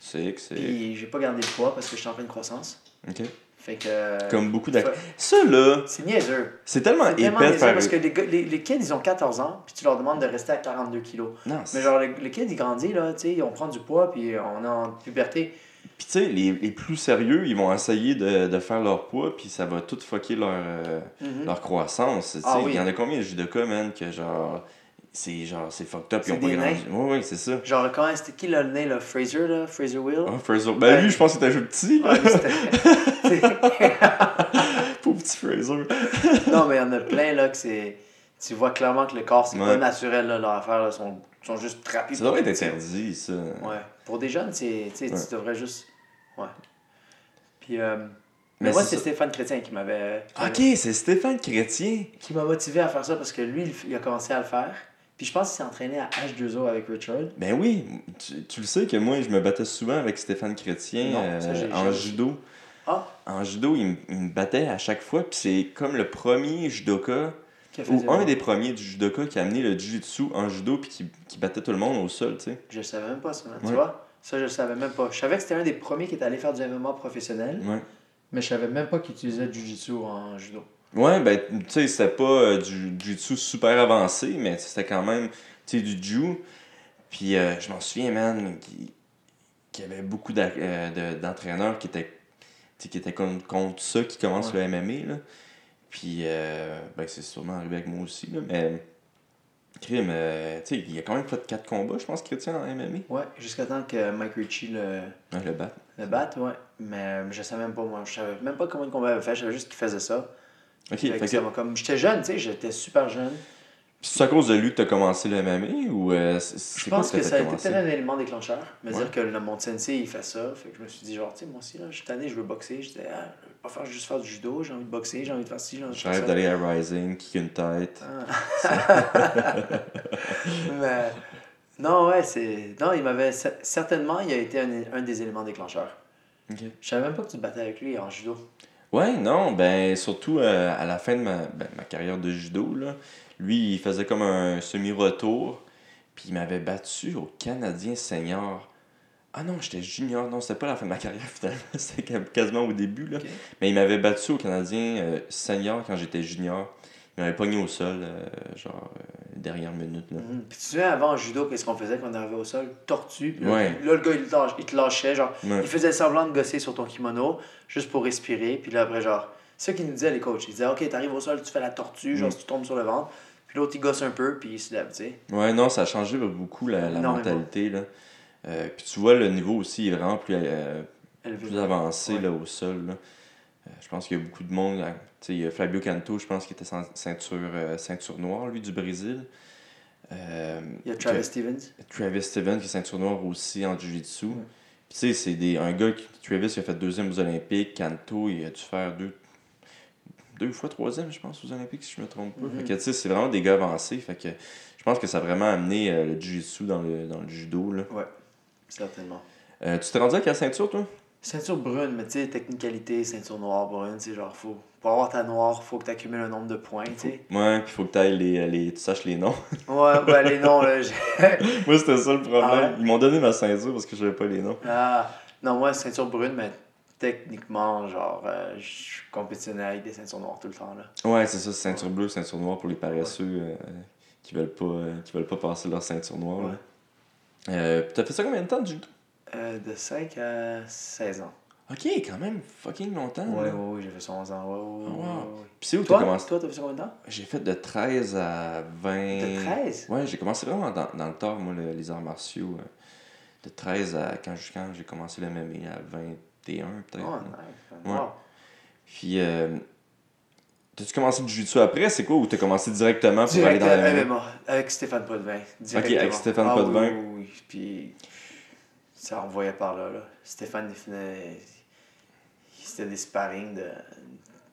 C'est que c'est. Puis, j'ai pas gardé le poids parce que je suis en pleine croissance. Ok. Fait que. Comme beaucoup d'acteurs. Fait- Ça là, C'est niaiseux. c'est tellement C'est tellement épais de niaiseux faire. parce que les, gars- les, les kids, ils ont 14 ans, puis tu leur demandes de rester à 42 kilos. Non, Mais c'est- genre, le, le kid, il grandit, là, tu sais, on prend du poids, puis on est en puberté. Puis tu sais, les, les plus sérieux, ils vont essayer de, de faire leur poids, puis ça va tout fucker leur, euh, Mhm. leur croissance. Tu sais, Ah il oui. y en a combien de judokas, man, que genre. C'est genre, c'est fucked up, ils C'est ont pas des grandi. Ouais, ouais, c'est ça. Genre, quand c'était qui là, le nez, là Fraser, là Fraser Will Oh, Fraser. Ben Ouais. lui, je pense qu'il était un petit, là. Ouais, c'était- [laughs] Pauvre petit Fraser. non, mais il y en a plein là que c'est. Tu vois clairement que le corps, c'est Ouais. pas naturel, là, leur affaire, là, sont, sont juste trappés. Ça devrait être interdit, ça. Ouais. Pour des jeunes, c'est, tu sais, Ouais. tu devrais juste. Ouais. Puis. euh, Mais Mais moi, c'est c'est ça. Ah, Stéphane Chrétien qui m'avait. Ok, c'est Stéphane Chrétien. Qui m'a motivé à faire ça parce que lui, il- il a commencé à le faire. Puis je pense qu'il s'est entraîné à H2O avec Richard. Ben oui, tu, tu le sais que moi, je me battais souvent avec Stéphane Chrétien Non, euh, ça, j'ai en jamais- judo. Ah, En judo, il, me- il me battait à chaque fois, puis c'est comme le premier judoka, qui a fait ou du- un des premiers du judoka qui a amené le jiu-jitsu en judo, puis qui, qui battait tout le monde au sol, tu sais. Je savais même pas ça, man, Ouais. tu vois. Ça, je le savais même pas. Je savais que c'était un des premiers qui était allé faire du MMA professionnel, Ouais. mais je savais même pas qu'il utilisait du jiu-jitsu en judo. Ouais, ben, tu sais, c'était pas euh, du jiu-jitsu super avancé, mais c'était quand même, tu sais, du jiu. Puis euh, je m'en souviens, man, qu'il qu'il y avait beaucoup d'a- euh, de- d'entraîneurs qui étaient, tu sais, qui étaient con- contre ça, qui commencent le MMA, là. Puis, euh, ben, c'est sûrement arrivé avec moi aussi, là, mais... Crime, euh, tu sais, il y a quand même pas de 4 combats, je pense, chrétien en MMA. Ouais, jusqu'à temps que Mike Ritchie le, Ouais, le bat. le batte, ouais. Mais euh, je savais même pas, moi. Je savais même pas combien de combats il avait fait. Je savais juste qu'il faisait ça. Ok, Fait fait que que- ça m'a comme... J'étais jeune, tu sais, j'étais super jeune. c'est à cause de lui que t'as commencé le MMA, ou euh, c'est- c'est Je quoi pense qui t'a que fait ça a été commencer? peut-être un élément déclencheur. Me Ouais. dire que le mon sensei, il fait ça. Fait que je me suis dit, genre, tu sais, moi aussi, là, je suis tanné, je veux boxer. J'étais, ah, je veux pas faire juste faire du judo. J'ai envie de boxer, j'ai envie de faire ci, j'ai envie de Je faire ça. rêve d'aller à Rising, kick une tête. Ah. [laughs] Mais, non, ouais, c'est. Non, il m'avait. cer- Certainement, il a été un, un des éléments déclencheurs. Ok. Je savais même pas que tu te battais avec lui en judo. Ouais, non, ben surtout euh, à la fin de ma, ben, ma carrière de judo, là, lui, il faisait comme un semi-retour, puis il m'avait battu au Canadien senior. Ah non, j'étais junior, non, c'était pas la fin de ma carrière [laughs] finalement, c'était comme quasiment au début, là. Ok. Mais il m'avait battu au Canadien euh, senior quand j'étais junior. Il m'avait pogné au sol, euh, genre, euh, dernière minute, là. Mhm. Puis tu te souviens, avant en judo, qu'est-ce qu'on faisait quand on arrivait au sol Tortue. Puis là, Ouais. là, le gars, il te, lâche- il te lâchait. Genre, Ouais. il faisait semblant de gosser sur ton kimono, juste pour respirer. Puis là, après, genre, c'est ce qu'ils nous disaient, les coachs. Ils disaient, OK, t'arrives au sol, tu fais la tortue, genre, Mm. si tu tombes sur le ventre. Puis l'autre, il gosse un peu, puis il se lève, tu sais. Ouais, non, ça a changé beaucoup la, la Énormément. mentalité, là. Euh, puis tu vois, le niveau aussi il est vraiment plus, euh, Elle veut- plus avancé Ouais. là, au sol. là. Euh, je pense qu'il y a beaucoup de monde. hein. Tu sais, il y a Fabio Canto, je pense qu'il était cen- ceinture, euh, ceinture noire, lui, du Brésil. Euh, Il y a Travis que- Stevens. Travis Steven, qui est ceinture noire aussi en Jiu-Jitsu. Puis, tu sais, c'est des- un gars, qui, Travis, qui a fait deuxième aux Olympiques. Canto, il a dû faire deux, deux fois troisième, je pense, aux Olympiques, si je me trompe pas. Mhm. Fait que, tu sais, c'est vraiment des gars avancés. Fait que je pense que ça a vraiment amené euh, le Jiu-Jitsu dans le, dans le judo. Là. Ouais, certainement. Euh, tu t'es rendu à quelle ceinture, toi Ceinture brune, mais tu sais, technicalité, ceinture noire, brune, c'est genre, faut. Pour avoir ta noire, faut que tu accumules un nombre de points, tu sais. Ouais, puis faut que t'ailles les, les. Tu saches les noms. Ouais, ben les [laughs] noms, là. j'ai- Moi, c'était ça le problème. Ah ouais? Ils m'ont donné ma ceinture parce que je n'avais pas les noms. Ah, non, moi, ceinture brune, mais techniquement, genre, euh, je compétitionnais avec des ceintures noires tout le temps, là. Ouais, c'est ça, ceinture bleue, ceinture noire pour les paresseux euh, qui veulent pas euh, qui veulent pas passer leur ceinture noire. là. Ouais. Euh, puis t'as fait ça combien de temps du Euh, de 5 à 16 ans. Ok, quand même fucking longtemps. Ouais, ouais, là. ouais, j'ai fait ça 11 ans. Ouais, Ah, ouais, ouais, wow. ouais, ouais. Puis c'est où t'as Toi, commencé toi, t'as fait ça combien de temps J'ai fait de 13 à 20. De 13 Ouais, j'ai commencé vraiment dans, dans le tard, moi, le- les arts martiaux. euh. de 13 à quand je- quand j'ai commencé le MMA à 21 peut-être. Oh, là. nice. Ouais. Wow. Puis, euh, t'as-tu commencé le jiu-jitsu après, c'est quoi, ou t'as commencé directement pour Direct euh, aller dans à la MMA, avec Stéphane Potvin. avec directement. Stéphane ah, oui, Potvin. Oui, oui, oui. Puis ça envoyait par là. là. Stéphane, il finait. il- C'était des sparring de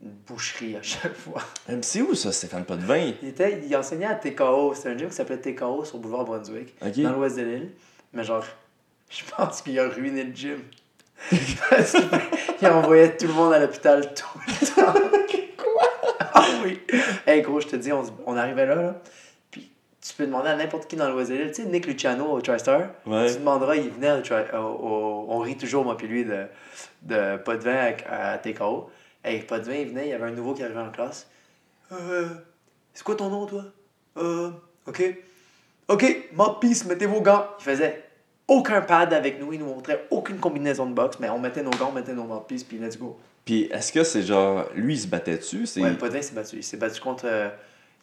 une boucherie à chaque fois. Euh, C'est où ça, Stéphane Potvin? Il, était, il enseignait à TKO. C'était un gym qui s'appelait TKO sur Boulevard Brunswick, Ok. dans l'ouest de l'île. Mais genre, [laughs] je pense qu'il a ruiné le gym. [laughs] Parce qu'il il envoyait tout le monde à l'hôpital tout le temps. Quoi? Ah oui! [laughs] Hey gros, je te dis, on, se- on arrivait là, là. Puis tu peux demander à n'importe qui dans l'ouest de l'île. Tu sais, Nick Luciano au TriStar. Ouais. Tu demanderas, il venait au, Tri- au- au- On rit toujours, moi puis lui, de, de Potvin à, à TKO. Hey, Potvin, il venait, il y avait un nouveau qui arrivait en classe. Euh, c'est quoi ton nom, toi? Euh, ok. Ok, mop peace, mettez vos gants. Il faisait aucun pad avec nous, il nous montrait aucune combinaison de boxe, mais on mettait nos gants, on mettait nos mop peace, puis let's go. Puis, est-ce que c'est genre, lui, il se battait dessus? C'est... Ouais, Potvin s'est battu. Il s'est battu contre. euh,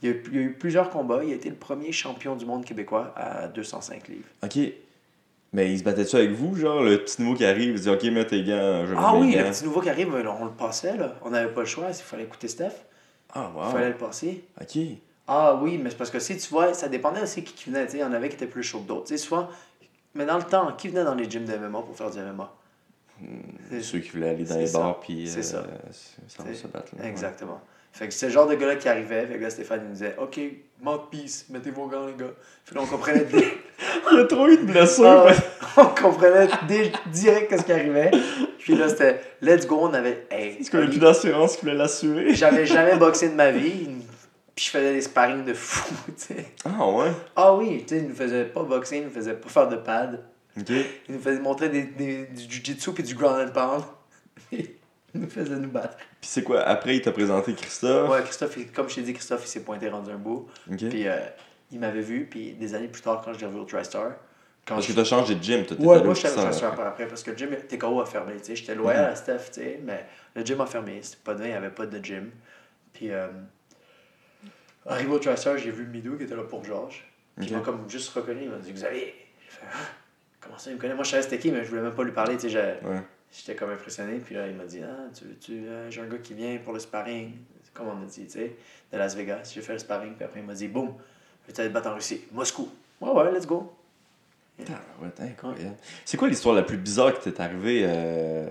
il, y a eu, il y a eu plusieurs combats. Il a été le premier champion du monde québécois à 205 livres. Ok. Mais il se battait dessus avec vous, genre, le petit nouveau qui arrive, il dit, ok, mets tes gants, je remets Ah mes oui, gants. le petit nouveau qui arrive, là, on le passait, là. On n'avait pas le choix, il fallait écouter Steph. Ah, Il wow. fallait le passer. Ok. Ah oui, mais c'est parce que si tu vois, ça dépendait aussi qui, qui venait. tu sais, Il y en avait qui étaient plus chauds que d'autres. Tu sais, Souvent, mais dans le temps, qui venait dans les gyms de MMA pour faire du MMA Hmm, C'est- Ceux qui voulaient aller dans c'est les ça. bars, puis euh, C'est ça. ça va C'est- se battre. là. Exactement. Fait que c'est le genre de gars-là qui arrivait. Fait que là, Stéphane il nous disait Ok, mop peace, mettez vos gants, les gars. Fait que là, on [laughs] comprenait, dé- Il y a [laughs] trop eu de blessures. Ah ouais. [laughs] on comprenait dé- direct qu'est-ce qui arrivait. Puis là, c'était Let's go, on avait. Hey, Est-ce qu'on a plus d'assurance qui voulait l'assurer? J'avais jamais boxé de ma vie. Puis je faisais des sparring de fou, [laughs] tu sais. Ah, ouais. Ah oui, tu sais, il nous faisait pas boxer, il nous faisait pas faire de pad. Ok. Il nous faisait montrer des, des- du jiu-jitsu puis du ground and pound. [laughs] il nous faisait nous battre. Puis c'est quoi, après, il t'a présenté Christophe? Ouais, Christophe, il- comme je t'ai dit, Christophe, il s'est pointé rendu un bout. Ok. Puis euh, il m'avait vu, puis des années plus tard, quand je l'ai revu au TriStar. Quand Parce que je... t'as changé de gym, toi, t'étais Ouais, allé au Mhm. moi, je suis allé au Christophe TriStar après. par après, parce que le gym TKO a fermé, tu sais. J'étais loyal à Steph, tu sais, mais le gym a fermé. C'était pas de vin, il n'y avait pas de gym. Puis, euh, arrivé au TriStar, j'ai vu Midou qui était là pour Georges. Puis, Ok. il m'a comme juste reconnu, il m'a dit Xavier. J'ai fait, Ah, Comment ça, il me connaît Moi, je savais c'était qui, mais je voulais même pas lui parler, tu sais. je- Ouais. J'étais comme impressionné, puis là, il m'a dit Ah, tu veux-tu, euh, j'ai un gars qui vient pour le sparring, comme on a dit, tu sais, de Las Vegas. J'ai fait le sparring, puis après, il m'a dit Boum, veux-tu aller te battre en Russie Moscou. Ouais, ouais, let's go. Tabarouette, Ah incroyable. C'est quoi l'histoire la plus bizarre qui t'est arrivée euh,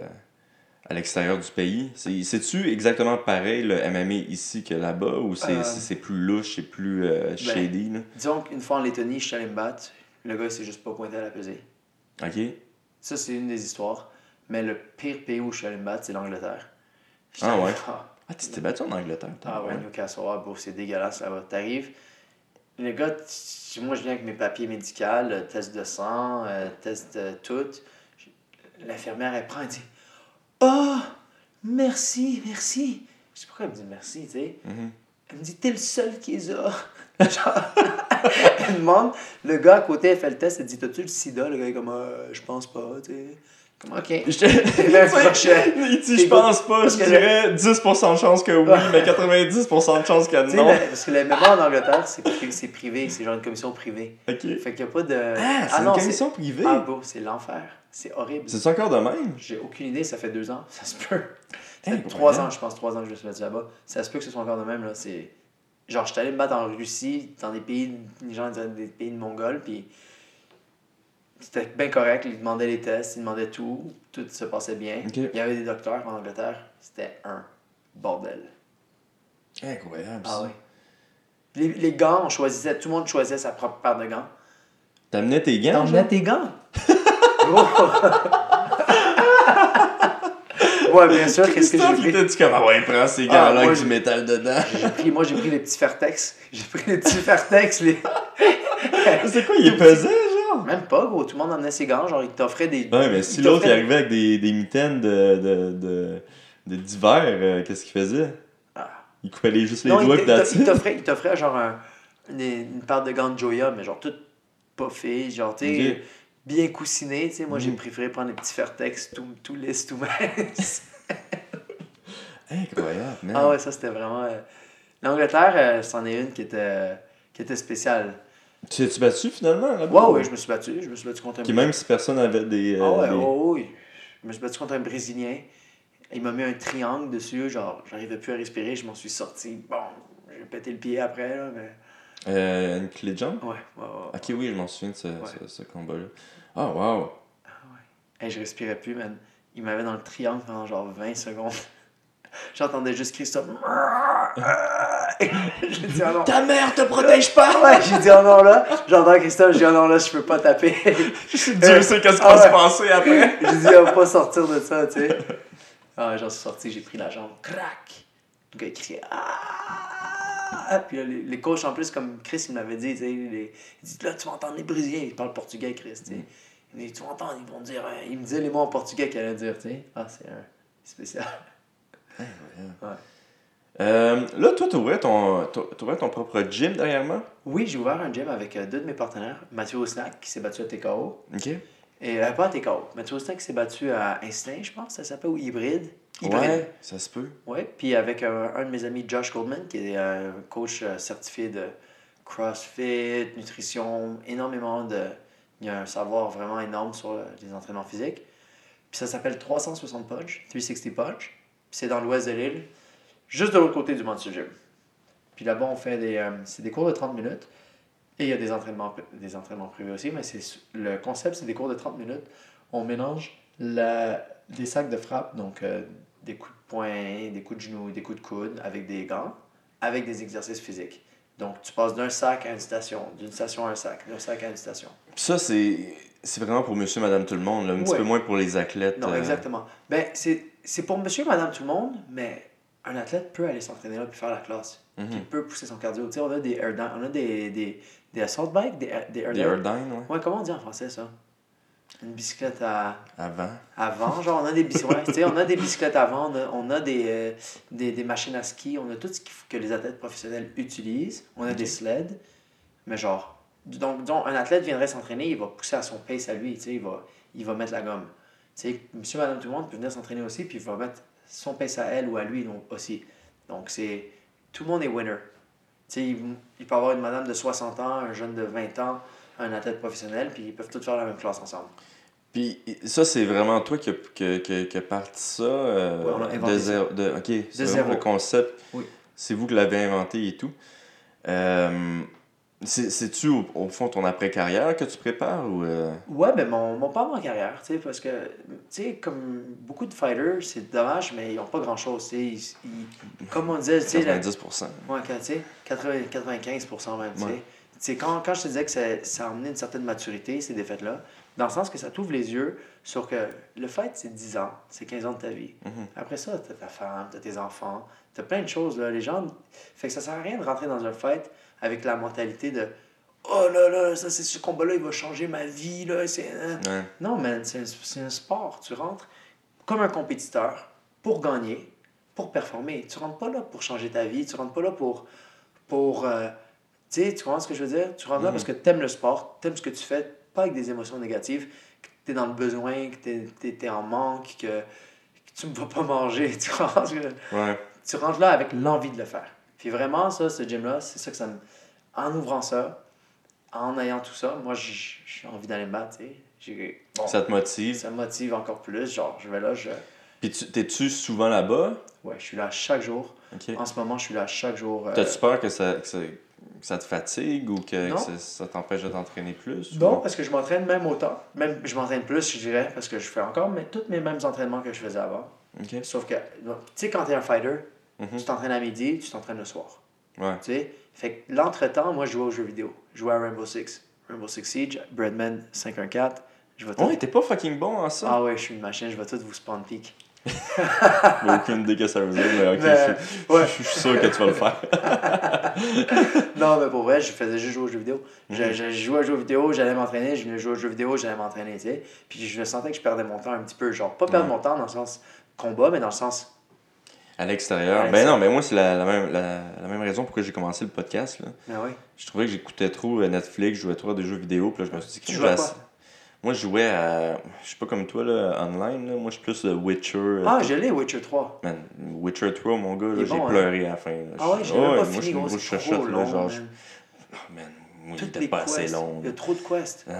à l'extérieur du pays? C'est- C'est-tu exactement pareil le MMA ici que là-bas ou c'est Euh, Ben. c'est- c'est plus louche, c'est plus euh, shady? Là? Disons qu'une fois en Lettonie, je suis allé me battre, le gars, il s'est juste pas pointé à la pesée. Ok? Ça, c'est une des histoires. Mais le pire pays où je suis allé me battre, c'est l'Angleterre. J'étais Ah allé- ouais? Ah, tu t'es battu en Angleterre? Ah ouais, tabarouette. Newcastle, ah, bro, c'est dégueulasse là-bas. T'arrives, le gars, t- moi je viens avec mes papiers médicaux, euh, test de sang, euh, test de tout. Je- L'infirmière, elle prend, elle dit Oh, merci, merci. Je sais pas pourquoi elle me dit merci, tu sais. [laughs] Mhm. Elle me dit T'es le seul qui les a. [laughs] Genre, elle demande, le gars à côté, elle fait le test, elle dit T'as-tu le sida Le gars est comme Euh, Je pense pas, tu sais. Comme Ok. Je te- Le crochet. Il dit, C'est je pense pas, parce je que le- dirais 10% de chance que oui, Ouais. mais 90% de chance que Tu sais, non. le- parce que le MMA en Angleterre, c'est pri- c'est privé, c'est genre une commission privée. Ok. Fait qu'il n'y a pas de. Ah, c'est Euh, non, une commission privée. Ah, bro, c'est l'enfer. C'est horrible. C'est-tu encore de même? J'ai aucune idée, ça fait deux ans. Ça se peut. Ça fait Incroyable. trois ans, je pense, trois ans que je me suis battu là-bas. Ça se peut que ce soit encore de même, là. C'est. Genre, je suis allé me battre en Russie, dans des pays. les gens disaient des pays de Mongols, puis. C'était bien correct. Ils demandaient les tests, ils demandaient tout. Tout se passait bien. Ok. Il y avait des docteurs en Angleterre. C'était un bordel. Incroyable. Ah ça. ouais. Les, les gants, on choisissait, tout le monde choisissait sa propre paire de gants. T'amenais tes gants? T'emmenais genre? tes gants. [laughs] ouais, bien sûr, qu'est-ce que Christophe, j'ai il pris? était-tu comme, ah ouais, prends ces Ah, gants-là moi, avec du j'ai- métal dedans? J'ai pris- moi, j'ai pris les petits Fairtex. J'ai pris les petits Fairtex. Les... [laughs] C'est quoi, il pesait, genre? Même pas, gros. Tout le monde emmenait ses gants. Genre, ils t'offraient des. Ouais, mais si ils l'autre, il t'offraient- arrivait avec des, des mitaines de, de, de, de d'hiver, euh, qu'est-ce qu'il faisait? Ah. Il coupait les, juste les Non, doigts ils pis t'a- that's ils it. t'offraient ils t'offraient, genre un- une, une paire de gants de Joya, mais genre toutes puffées, genre, tu sais, Ok. bien coussinées. Tu sais, moi, j'ai Mhm. préféré prendre les petits Fairtex tout, tout lisses, tout minces. [laughs] Incroyable, man. Ah ouais, ça c'était vraiment. euh, L'Angleterre, euh, c'en est une qui était, qui était euh, spéciale. Tu t'es battu finalement là-bas? Ouais, ouais, je me suis battu. Je me suis battu contre un Puis même si personne avait des. euh, Ah ouais, des- oh, oui. Je me suis battu contre un Brésilien. Il m'a mis un triangle dessus, genre, j'arrivais plus à respirer, je m'en suis sorti. Bon, j'ai pété le pied après, là, mais. Euh, une clé de jambe? Ouais, ouais, ouais. Ok, oui, je m'en souviens de ce, ce- ce combat-là. Ah, wow! Hey, je respirais plus, man. Il m'avait dans le triangle pendant genre 20 secondes. [laughs] J'entendais juste Christophe. [laughs] j'ai dit, oh non. Ta mère te protège pas! Ouais, j'ai dit, oh non, là. J'entends Christophe, j'ai dit, oh non, là, je peux pas taper. Dieu sait qu'est-ce qu'on Ah se ouais. passait après! j'ai dit, on va pas sortir de ça, tu sais. Ah, j'en suis sorti, j'ai pris la jambe, crac! Le gars il criait, ah! Puis là, les, les coachs, en plus, comme Chris, il m'avait dit, tu sais, les- il dit, là, tu vas entendre les Brésiliens, il parle portugais, Chris, tu sais. Il me dit, tu vas entendre, ils vont dire, hein. il me disait les mots en portugais qu'il allait dire, tu sais. Ah, c'est un spécial. Euh, là, toi, t'ouvrais ton, t'ou- t'ouvrais ton propre gym dernièrement? Oui, j'ai ouvert un gym avec euh, deux de mes partenaires, Mathieu Osnack, qui s'est battu à TKO, Ok. et euh, pas à TKO, Mathieu Osnack s'est battu à Instinct, je pense, ça s'appelle, ou Hybride. Hybride. Ouais, ça se peut. Oui, puis avec euh, un de mes amis, Josh Goldman, qui est un coach euh, certifié de CrossFit, nutrition, énormément de... Il y a un savoir vraiment énorme sur euh, les entraînements physiques. Puis ça s'appelle 360 Punch, 360 Punch. Puis c'est dans l'ouest de l'île, juste de l'autre côté du Monster Gym. Puis là-bas, on fait des, euh, c'est des cours de 30 minutes. Et il y a des entraînements, des entraînements privés aussi, mais c'est, le concept, c'est des cours de 30 minutes. On mélange la, des sacs de frappe, donc euh, des coups de poing, des coups de genoux, des coups de coude avec des gants, avec des exercices physiques. Donc, tu passes d'un sac à une station, d'une station à un sac, d'un sac à une station. Puis ça, c'est, c'est vraiment pour monsieur, madame, tout le monde, là, un petit Ouais. peu moins pour les athlètes. Non, euh, exactement. Ben, c'est c'est pour monsieur et madame tout le monde, mais un athlète peut aller s'entraîner là puis faire la classe. mhm. Il peut pousser son cardio. Tu sais, on a des air down- on a des, des, des assault bikes, des, air- des air Des down- Erdine, ouais. Ouais, comment on dit en français ça Une bicyclette à, Avant. à vent, genre on a des bicyclettes, tu sais, on a des bicyclettes à vent, on a, on a des, euh, des, des machines à ski, on a tout ce qu'il faut que les athlètes professionnels utilisent, on a des sleds, mais genre, donc, disons, un athlète viendrait s'entraîner, il va pousser à son pace à lui, tu sais, il va, il va mettre la gomme. Tu sais, monsieur, madame, tout le monde peut venir s'entraîner aussi, puis il va mettre son pace à elle ou à lui donc, aussi. Donc c'est, tout le monde est winner. Tu sais, il, il peut y avoir une madame de 60 ans, un jeune de 20 ans, un athlète professionnel, puis ils peuvent tous faire la même classe ensemble. Puis ça, c'est vraiment toi qui a, que- que- que parti ça. euh, Ouais, on a inventé de ça. zéro. de- ok, c'est De vraiment zéro. le concept. Oui. C'est vous qui l'avez inventé et tout. Euh, c'est- C'est-tu au, au fond ton après-carrière que tu prépares ou. euh, Ouais, mais mon, mon pas en carrière, tu sais, parce que, tu sais, comme beaucoup de fighters, c'est dommage, mais ils n'ont pas grand-chose, tu sais. Ils- ils- Comme on disait, tu sais, la- 90%. ouais, quand- tu sais, 80 95% même, tu sais. Ouais. Tu sais, quand, quand je te disais que ça, ça a emmené une certaine maturité, ces défaites-là, dans le sens que ça t'ouvre les yeux sur que le fight, c'est 10 ans, c'est 15 ans de ta vie. Mhm. Après ça, t'as ta femme, t'as tes enfants, t'as plein de choses, là. Les gens... Fait que ça sert à rien de rentrer dans un fight avec la mentalité de « Oh là là, ça, c'est ce combat-là, il va changer ma vie, là, c'est... hein. Ouais. Non, man, c'est un, c'est un sport. Tu rentres comme un compétiteur pour gagner, pour performer. Tu rentres pas là pour changer ta vie. Tu rentres pas là pour. pour euh, tu sais, tu comprends ce que je veux dire? Tu rentres là Mhm. parce que t'aimes le sport, t'aimes ce que tu fais, pas avec des émotions négatives, que t'es dans le besoin, que t'es- t'es t'es en manque, que, que tu ne vas pas manger. [laughs] Tu comprends ce que je- Ouais. tu rentres là avec l'envie de le faire. Puis vraiment, ça, ce gym-là, c'est ça que ça me. En ouvrant ça, en ayant tout ça, moi, j'- j'ai envie d'aller me battre, tu sais. J'ai- bon, Ça te motive. ça me motive encore plus. Genre, je vais là, je. Puis tu- t'es-tu souvent là-bas? Ouais, je suis là chaque jour. Ok. En ce moment, je suis là chaque jour. euh, T'as-tu peur que ça, que ça, que ça te fatigue ou que, Non. que ça, ça t'empêche de t'entraîner plus? ou- Non, parce que je m'entraîne même autant. Même, je m'entraîne plus, je dirais, parce que je fais encore mais, tous mes mêmes entraînements que je faisais avant. Ok. Sauf que, donc, tu sais, quand t'es un fighter, Mhm. tu t'entraînes à midi, tu t'entraînes le soir. Ouais. Tu sais, fait que l'entretemps, moi, je jouais aux jeux vidéo. Je jouais à Rainbow Six. Rainbow Six Siege, Breadman 514. Je vais tout... Ouais, t'es pas fucking bon en ça. ah ouais, je suis une machine, je vais tout vous spawn peak. J'ai aucune idée que ça veut dire, mais ok, Ah. Mais- je, suis- ouais. je suis sûr que tu vas le faire. [laughs] Non, mais pour vrai, je faisais juste jouer aux jeux vidéo. Mhm. Je, je jouais aux jeux vidéo, j'allais m'entraîner, je venais jouer aux jeux vidéo, j'allais m'entraîner, tu sais. Puis je sentais que je perdais mon temps un petit peu. Genre, pas perdre Ouais. mon temps dans le sens combat, mais dans le sens. À l'extérieur. Ouais, ben c'est- non, mais moi, c'est la, la même, la, la même raison pourquoi j'ai commencé le podcast. Là. Mais oui. Je trouvais que j'écoutais trop euh, Netflix, je jouais trop à des jeux vidéo, puis là, je me suis dit que Tu je jouais à vais- quoi? Moi, je jouais à. Je suis pas comme toi, là, online. Là. Moi, je suis plus euh, Witcher. euh, Ah, je l'ai, Witcher 3. Man, Witcher 3, mon gars, Il là, est j'ai bon, hein? pleuré à la fin. là. Ah ouais, Je- je l'ai même pas moi, je suis fini, une gros. grosse C'est chochotte, trop là, long. genre, je- man. Ah, man, Moi, il Toutes était les pas assez quests. long. Il y a trop de quests. Ah,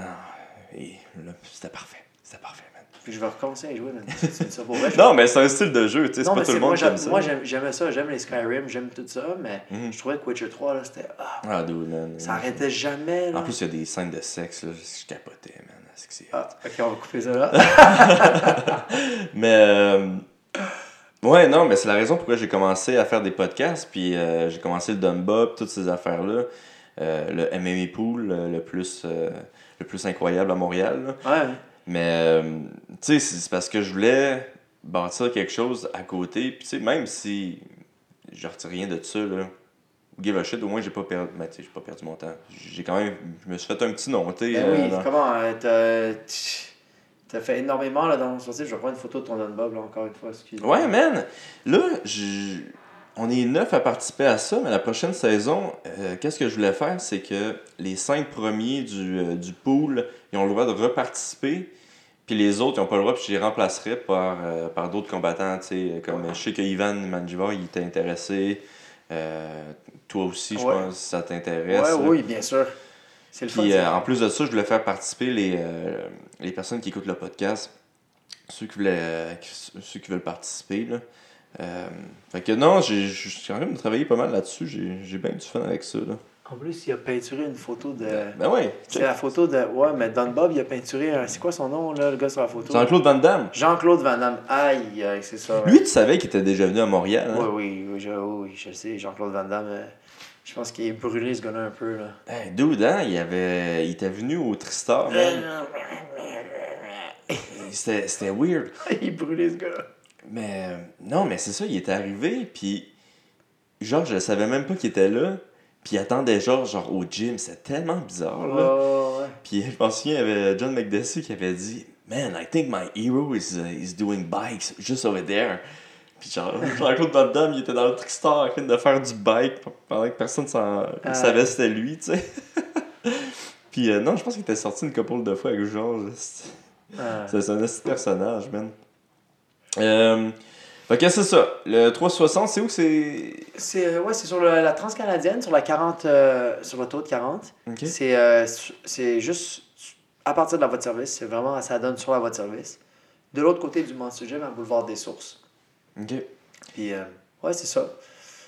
et là, c'était parfait. C'était parfait, man. Puis je vais recommencer à y jouer, man. C'est ça pour vrai. [laughs] je- Non, mais c'est un style de jeu, tu sais. C'est Non, pas mais tout c'est le moi, monde qui aime j'aime- ça. moi j'aime- j'aimais ça, j'aime les Skyrim, j'aime tout ça, mais Mhm. je trouvais que Witcher 3, là, c'était. ah, Ah, dude, man. ça arrêtait jamais, là. En plus, il y a des scènes de sexe, là. Je capotais, man. Est-ce que c'est. Ah, ok, on va couper ça là. [laughs] Mais euh, ouais, non, mais c'est la raison pourquoi j'ai commencé à faire des podcasts, puis euh, j'ai commencé le Dumba, puis toutes ces affaires-là. Euh, le MMA Pool, euh, le plus, euh, le plus incroyable à Montréal. là. ouais, Mais euh, tu sais, c'est c'est parce que je voulais bâtir quelque chose à côté, puis tu sais, même si je retire rien de ça, là. Give a shit, au moins j'ai pas perdu. mais tu sais, j'ai pas perdu mon temps. J'ai quand même. Je me suis fait un petit nom, tu sais. Ben euh, oui, dans- comment euh, t'as- tch, T'as fait énormément là dans mon sortie. Je vais prendre une photo de ton unbob là euh, encore une fois. excuse. Ouais, man. Là, je- on est neuf à participer à ça, mais la prochaine saison, euh, qu'est-ce que je voulais faire, c'est que les cinq premiers du, euh, du pool, ils ont le droit de reparticiper, puis les autres, ils n'ont pas le droit, puis je les remplacerai par, euh, par d'autres combattants, tu sais, comme euh, je sais que Ivan Manjivar, il était intéressé, euh, toi aussi, je Ouais. pense, ça Ouais, t'intéresse. euh, là. oui, bien sûr. C'est le fun. Puis euh, ça. en plus de ça, je voulais faire participer les, euh, les personnes qui écoutent le podcast, ceux qui, voulaient, euh, qui- ceux qui veulent participer. Là. Euh, fait que non, j'ai- je suis en train de travailler pas mal là-dessus. J'ai j'ai bien du fun avec ça. Là. En plus, il a peinturé une photo de. Ben ouais, C'est la photo de. Ouais, mais Don Bob, il a peinturé. un- C'est quoi son nom, là, le gars sur la photo Jean-Claude Van Damme. Jean-Claude Van Damme. Aïe, aïe, c'est ça. ouais. Lui, tu savais qu'il était déjà venu à Montréal. Oui, hein? oui, oui, je, oui, je le sais. Jean-Claude Van Damme, euh, je pense qu'il est brûlé, ce gars-là, un peu. Là. Hey, dude, hein, il, avait... il était venu au Tristar. Ah, Euh. man. C'était c'était weird. [laughs] il est brûlé, ce gars-là. Mais euh, non, mais c'est ça, il était arrivé, puis Georges, je savais même pas qu'il était là, puis il attendait Georges genre au gym, c'est tellement bizarre là. Oh, ouais. Puis je me souviens, il y avait John McDessie qui avait dit Man, I think my hero is, uh, is doing bikes just over there. Puis genre, [laughs] Jean-Claude Van Damme, il était dans le trickster en train de faire du bike pendant que personne s'en Ah. savait c'était lui, tu sais. [laughs] puis euh, non, je pense qu'il était sorti une couple de fois avec Georges. c'est- Ah. c'est un petit personnage, man. Euh, fait que c'est ça. Le 360, c'est où que c'est. C'est euh, ouais, c'est sur le- la transcanadienne, sur la 40, euh, sur l'autoroute 40. Ok. C'est euh, su- c'est juste su- à partir de la voie de service, c'est vraiment ça donne sur la voie de service. De l'autre côté du mont sujet à boulevard des Sources. Ok. Puis euh, ouais, c'est ça.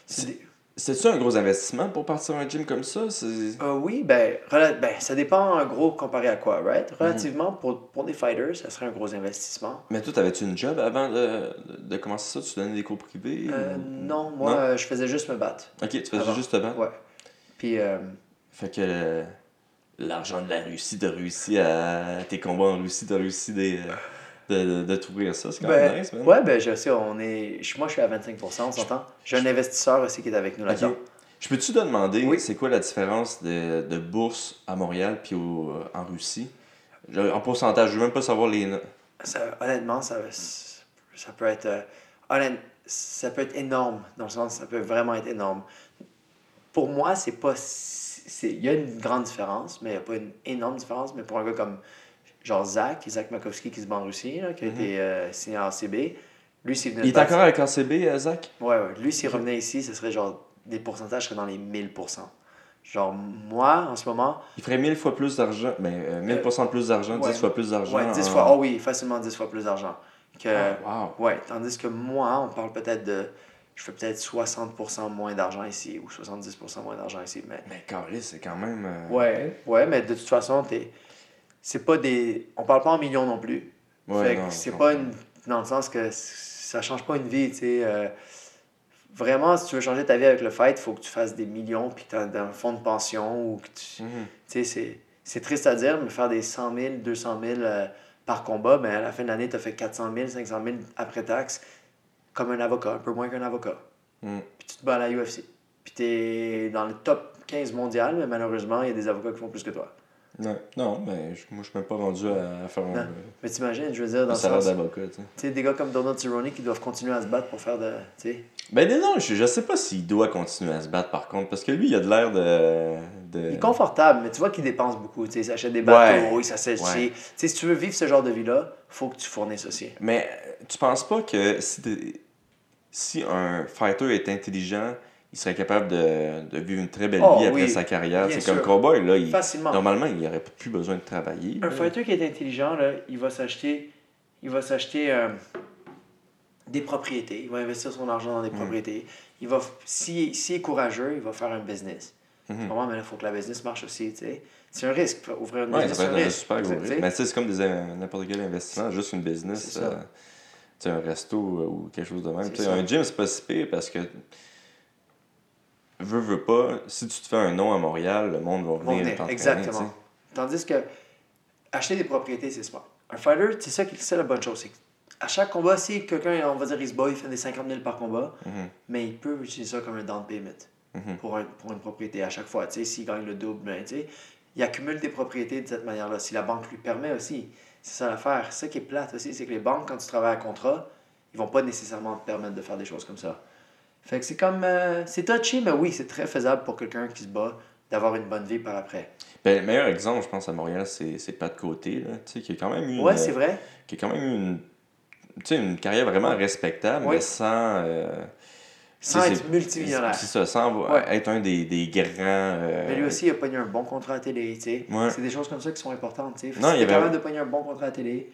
C'est C'est- des- C'est-tu un gros investissement pour partir à un gym comme ça? C'est- euh, oui, ben, rela- ben, ça dépend en gros comparé à quoi, right? Relativement pour, pour des fighters, ça serait un gros investissement. Mais toi, t'avais-tu une job avant de, de commencer ça? Tu donnais des cours privés? Euh, ou- non, moi, Mm-hmm. Non? euh, je faisais juste me battre. Ok, tu faisais avant. juste avant. Ouais. Puis euh, Fait que euh, l'argent de la Russie, t'as réussi à. Tes combats en Russie, t'as réussi des, euh, de, de, de t'ouvrir ça. C'est quand ben, même nice, man. ouais, ben, je sais, on est, je- moi, je suis à 25%, on s'entend. J'ai un investisseur aussi qui est avec nous Ok. là-dedans. Je peux-tu te demander, Oui. c'est quoi la différence de, de bourse à Montréal puis au- euh, en Russie? Je- en pourcentage, je veux même pas savoir les... Euh, no- Ça- honnêtement, ça, ça peut être. euh, honnête- ça peut être énorme, dans le sens, ça peut vraiment être énorme. Pour moi, c'est pas. si- c'est- Il y a une grande différence, mais il n'y a pas une énorme différence. Mais pour un gars comme genre Zach, Zach Makowski qui se bat en Russie, là, qui a Mhm. été euh, signé en CB, lui, s'il venait Il de est battre- encore avec ACB, euh, Zach? Ouais, ouais. Lui, s'il revenait ici, ce serait genre. Des pourcentages seraient dans les 1000%. Genre, moi, en ce moment, Il ferait 1000 fois plus d'argent, ben, euh, 1000% plus d'argent, ouais. 10 fois plus d'argent. hein. ouais, 10 en- fois. euh, Oh oui, facilement 10 fois plus d'argent. Que, Ah, wow. Ouais, tandis que moi, on parle peut-être de. Je fais peut-être 60% moins d'argent ici ou 70% moins d'argent ici. Mais... Mais Carlis, c'est quand même... euh, Ouais, ouais, mais de toute façon, t'es- c'est pas des. On parle pas en millions non plus. ouais, fait non, que c'est non. pas une. Dans le sens que c- ça change pas une vie, tu sais. euh, Vraiment, si tu veux changer ta vie avec le fight, il faut que tu fasses des millions puis que tu un fonds de pension ou que tu. Mhm. Tu sais, c'est- c'est triste à dire, mais faire des 100 000, 200 000 euh, par combat, ben à la fin de l'année, tu as fait 400 000, 500 000 après taxes, comme un avocat, un peu moins qu'un avocat. Mm. Puis tu te bats à la UFC. Puis tu es dans le top 15 mondial, mais malheureusement, il y a des avocats qui font plus que toi. Ouais. Non, mais je- moi, je suis même pas rendu à, à faire un, Non, euh, Mais t'imagines, je veux dire, un dans le salaire sens, tu d'avocat, tu sais. sais, des gars comme Donald Cerrone qui doivent continuer à se battre pour faire de. Tu sais, Ben non, non, je, je sais pas s'il doit continuer à se battre, par contre, parce que lui, il a de l'air de... de... Il est confortable, mais tu vois qu'il dépense beaucoup. Tu sais, il s'achète des bateaux, Euh. Ouais. il s'achète. Ouais. Tu sais, si tu veux vivre ce genre de vie-là, faut que tu fournisses aussi. Mais euh, tu penses pas que si, t'es- si un fighter est intelligent, il serait capable de, de vivre une très belle Oh, vie après oui. sa carrière. Bien C'est comme sûr. Cowboy, là. il- Facilement. normalement, il n'aurait plus besoin de travailler. Un fighter qui est intelligent, là, il va s'acheter, il va s'acheter euh, des propriétés. Il va investir son argent dans des Hmm. propriétés. Il va, si, s'il est courageux, il va faire un business. Mhm. Tu comprends? mais il faut que la business marche aussi, tu sais. C'est un risque. pour Ouvrir une Ouais, business, ça c'est peut un être un risque. super gros tu sais, risque. tu sais. Mais c'est comme des in- n'importe quel investissement, juste une business, C'est ça. euh, tu sais, un resto euh, ou quelque chose de même. C'est Tu sais, ça. un gym, c'est pas si pire parce que veux, veux pas, si tu te fais un nom à Montréal, le monde va Ils vont venir venir, t'entraîner, tu sais. exactement. Tandis que acheter des propriétés, c'est smart. Un fighter, c'est ça qui c'est la bonne chose. c'est que À chaque combat, si quelqu'un, on va dire, il se bat, il fait des 50 000 par combat, Mhm. mais il peut utiliser ça comme un down payment Mhm. pour, un- pour une propriété à chaque fois. Tu sais, s'il gagne le double, ben, tu sais, il accumule des propriétés de cette manière-là. Si la banque lui permet aussi, c'est ça l'affaire. Ce qui est plate aussi, c'est que les banques, quand tu travailles à contrat, ils vont pas nécessairement te permettre de faire des choses comme ça. Fait que c'est comme. euh, c'est touché, mais oui, c'est très faisable pour quelqu'un qui se bat d'avoir une bonne vie par après. Ben, le meilleur exemple, je pense, à Montréal, c'est c'est Pat Côté, là, tu sais, qui a quand même eu Ouais, une- c'est vrai. qui a quand même eu une, tu sais, une carrière vraiment respectable, Ouais. mais sans... euh, Sans c'est- être multimillionnaire. C'est ça, sans vo- Ouais. être un des, des grands... euh, Mais lui aussi, il a pogné un bon contrat à télé, tu sais. Ouais. C'est des choses comme ça qui sont importantes, tu sais. Non, Non, il il y est avait- capable de pogner un bon contrat à télé.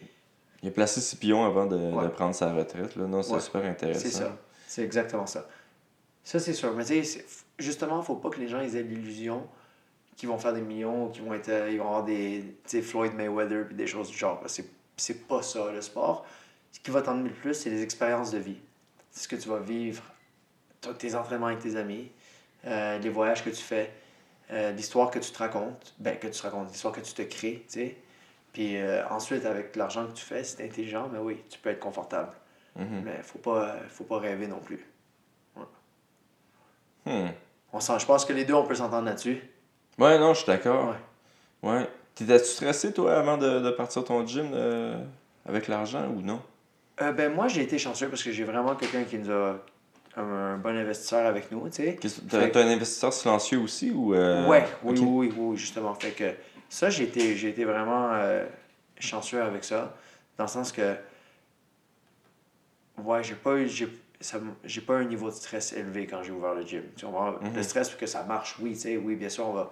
Il a placé Scipion avant de, de Ouais. prendre sa retraite. Là. Non, c'est Ouais. super intéressant. C'est ça. C'est exactement ça. Ça, c'est sûr. Mais tu sais, c'est- justement, faut pas que les gens ils aient l'illusion qu'ils vont faire des millions ou qu'ils vont, être, euh, ils vont avoir des tu sais, Floyd Mayweather puis des choses du genre. parce que C'est, c'est pas ça, le sport. Ce qui va t'emmener le plus, c'est les expériences de vie. C'est ce que tu vas vivre, t- tes entraînements avec tes amis, euh, les voyages que tu fais, euh, l'histoire que tu te racontes, ben, que tu te racontes, l'histoire que tu te crées, tu sais. Puis euh, ensuite, avec l'argent que tu fais, c'est intelligent, mais oui, tu peux être confortable. Mhm. Mais faut pas, faut pas rêver non plus. Hmm. On s'en- je pense que les deux, on peut s'entendre là-dessus. Ouais, non, je suis d'accord. Ouais. T'étais-tu stressé, toi, avant de, de partir ton gym euh, avec l'argent ou non? Euh, ben moi, j'ai été chanceux parce que j'ai vraiment quelqu'un qui nous a un, un bon investisseur avec nous, tu sais. Qu'est-ce- T'as Fait- t'as un investisseur silencieux aussi ou... euh, ouais, oui, ok. oui, oui, oui, justement. Fait que ça, j'ai été, j'ai été vraiment euh, chanceux avec ça, dans le sens que, ouais, j'ai pas eu, j'ai, ça m- j'ai pas un niveau de stress élevé quand j'ai ouvert le gym. Tu comprends? Mhm. Le stress pour que ça marche, oui, tu sais, oui, bien sûr, on va,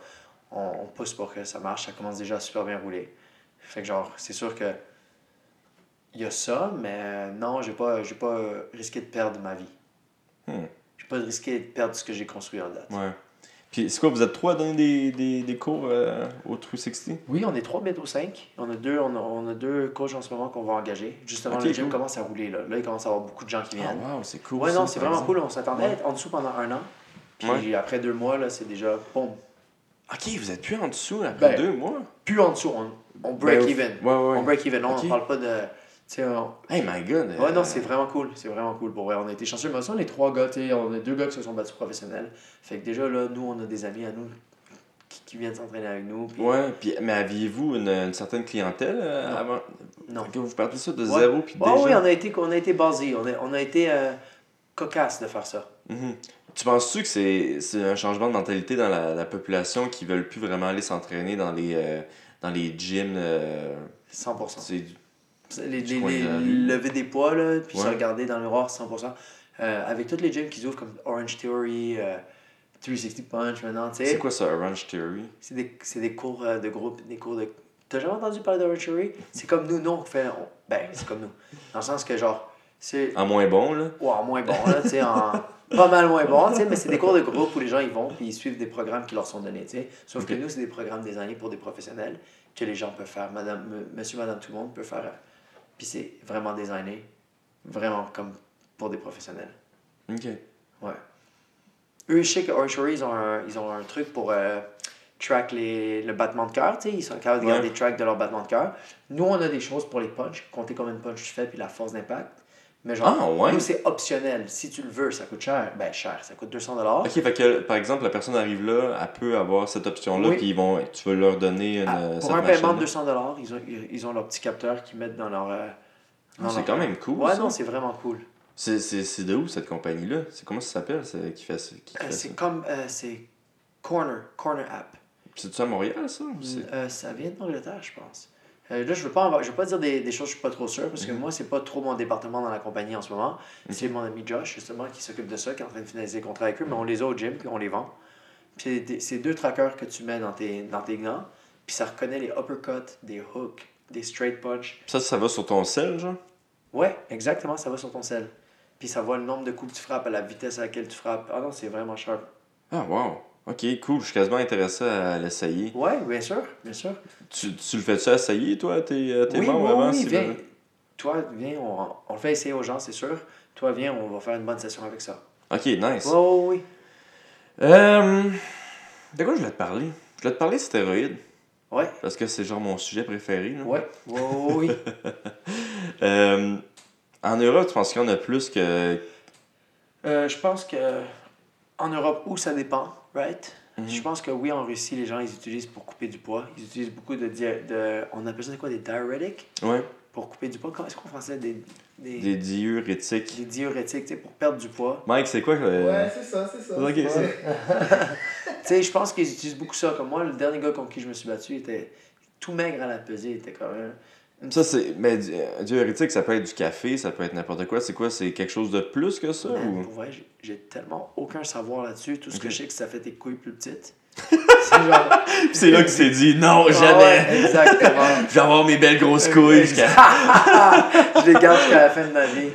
on, on pousse pour que ça marche, ça commence déjà à super bien rouler. Fait que genre, c'est sûr que il y a ça, mais euh, non, j'ai pas, j'ai pas euh, risqué de perdre ma vie. Hmm. J'ai pas risqué de perdre ce que j'ai construit en date. Ouais. Puis c'est quoi, vous êtes trois à donner des, des, des cours euh, au True 60? Oui, on est trois, bientôt cinq. On a deux, on a, on a deux coachs en ce moment qu'on va engager. Justement, Ok, le gym cool. commence à rouler. Là. là, il commence à avoir beaucoup de gens qui Ah, viennent. wow, c'est cool. ouais, ça, non, c'est par vraiment exemple. cool. On s'attendait à être en dessous pendant un an. Puis Ouais. après deux mois, là, c'est déjà, boum, Ok, vous êtes plus en dessous après Ben, deux mois? plus en dessous. On, on break Ben, even. Ouais, ouais. On break even. Non, Ok. On parle pas de. tu sais, on- Hey, my God! Ouais, non, euh, c'est vraiment cool. C'est vraiment cool. Pour vrai, on a été chanceux. Mais aussi, on est trois gars, tu sais, on a deux gars qui se sont battus professionnels. Fait que déjà, là, nous, on a des amis à nous qui, qui viennent s'entraîner avec nous. puis- Ouais, puis, mais aviez-vous une, une certaine clientèle euh, Non. avant Non. que vous partez ça de Ouais. zéro puis Ouais, déjà? Ah oui, on a été, on a été basé, on a, on a été euh, cocasse de faire ça. Mhm. Tu penses-tu que c'est c'est un changement de mentalité dans la, la population qui veulent plus vraiment aller s'entraîner dans les euh, dans les gyms euh, 100%. c'est- Les, du les- coin de les- la rue. lever des poids, là, puis Ouais. se regarder dans le miroir 100%. Euh, avec toutes les gyms qu'ils ouvrent, comme Orange Theory, euh, 360 Punch maintenant, tu c'est sais. quoi ça Orange Theory C'est des, c'est des cours euh, de groupe, des cours de. T'as jamais entendu parler d'Orange Theory C'est comme nous, non, on fait. on- ben, c'est comme nous. Dans le sens que, genre, c'est. en moins bon là Ouais, en moins bon, là, tu sais, en... pas mal moins bon, tu sais, mais c'est des cours de groupe où les gens ils vont puis ils suivent des programmes qui leur sont donnés, tu sais. Sauf Ok. que nous, c'est des programmes designés pour des professionnels que les gens peuvent faire. Madame, m- monsieur, madame, tout le monde peut faire. Puis c'est vraiment designé, vraiment comme pour des professionnels. ok Ouais. Eux, je sais que Orange Theory, ils ont un, ils ont un truc pour euh, track les, le battement de cœur. tu sais, Ils sont capables de Ouais. garder track de leur battement de cœur. Nous, on a des choses pour les punches, compter combien de punches tu fais puis la force d'impact. Mais genre, Ah, ouais? nous, c'est optionnel. Si tu le veux, ça coûte cher. Ben, cher, ça coûte 200 dollars. ok fait que par exemple la personne arrive là elle peut avoir cette option là Oui. puis ils vont tu vas leur donner une euh, Ah, Pour cette un paiement machine-là. de 200 dollars, ils ont, ils, ils ont leur petit capteur qu'ils mettent dans leur. euh, Ah, dans c'est leur- quand même cool Ouais, ça. non, c'est vraiment cool. c'est c'est c'est de où cette compagnie là c'est comment ça s'appelle c'est qui fait ça qui Euh, fait ça? c'est comme. euh, c'est Corner, Corner App. c'est tu à Montréal ça ou c'est- Euh, ça vient de l'Angleterre, je pense. Euh, là, je veux pas, en- je veux pas dire des, des choses, je suis pas trop sûr, parce que moi, c'est pas trop mon département dans la compagnie en ce moment. C'est mon ami Josh, justement, qui s'occupe de ça, qui est en train de finaliser le contrat avec eux, mais on les a au gym, puis on les vend. Puis c'est des- c'est deux trackers que tu mets dans tes, dans tes gants, puis ça reconnaît les uppercuts, des hooks, des straight punch. Ça, ça va sur ton sel, genre? Ouais, exactement, ça va sur ton sel. Puis ça voit le nombre de coups que tu frappes, à la vitesse à laquelle tu frappes. Ah non, c'est vraiment sharp. Ah, wow. Ok, cool. Je suis quasiment intéressé à l'essayer. Ouais, bien sûr, bien sûr. Tu, tu le fais-tu essayer, toi, à tes, à tes oui, membres oui, avant? oui, si viens. vous- Toi, viens, on, on le fait essayer aux gens, c'est sûr. Toi, viens, on va faire une bonne session avec ça. Ok, nice. Ouais, ouais, oui. Euh, de quoi je voulais te parler? Je voulais te parler de stéroïdes, Ouais, parce que c'est genre mon sujet préféré. là. ouais, ouais, ouais, oui. Euh, en Europe, tu penses qu'il y en a plus que... [laughs] Euh, je pense que en Europe, où ça dépend, right? Mhm. Je pense que oui, en Russie, les gens, ils utilisent pour couper du poids. Ils utilisent beaucoup de... dia- de on appelle ça quoi? Des diurétiques? Ouais, Pour couper du poids. Comment Est-ce qu'on français des, des, des... des diurétiques. diurétiques, tu sais, pour perdre du poids? Mike, c'est quoi? euh, Ouais, c'est ça, c'est ça. Ok, c'est ça. Tu sais, je pense qu'ils utilisent beaucoup ça. Comme moi, le dernier gars contre qui je me suis battu, il était tout maigre à la pesée. Il était quand même... Ça, c'est... Mais du- euh, diurétique, ça peut être du café, ça peut être n'importe quoi. C'est quoi? C'est quelque chose de plus que ça? Man, ou... Ben, Pour vrai, j'ai- j'ai tellement aucun savoir là-dessus. Tout ce que Ok. je sais, que ça fait tes couilles [laughs] plus petites. c'est genre. Puis [laughs] c'est là que c'est dit, non, Ah jamais! [laughs] ouais, exactement. Euh, Je vais avoir mes belles grosses couilles jusqu'à... [laughs] je les garde jusqu'à la fin de ma vie.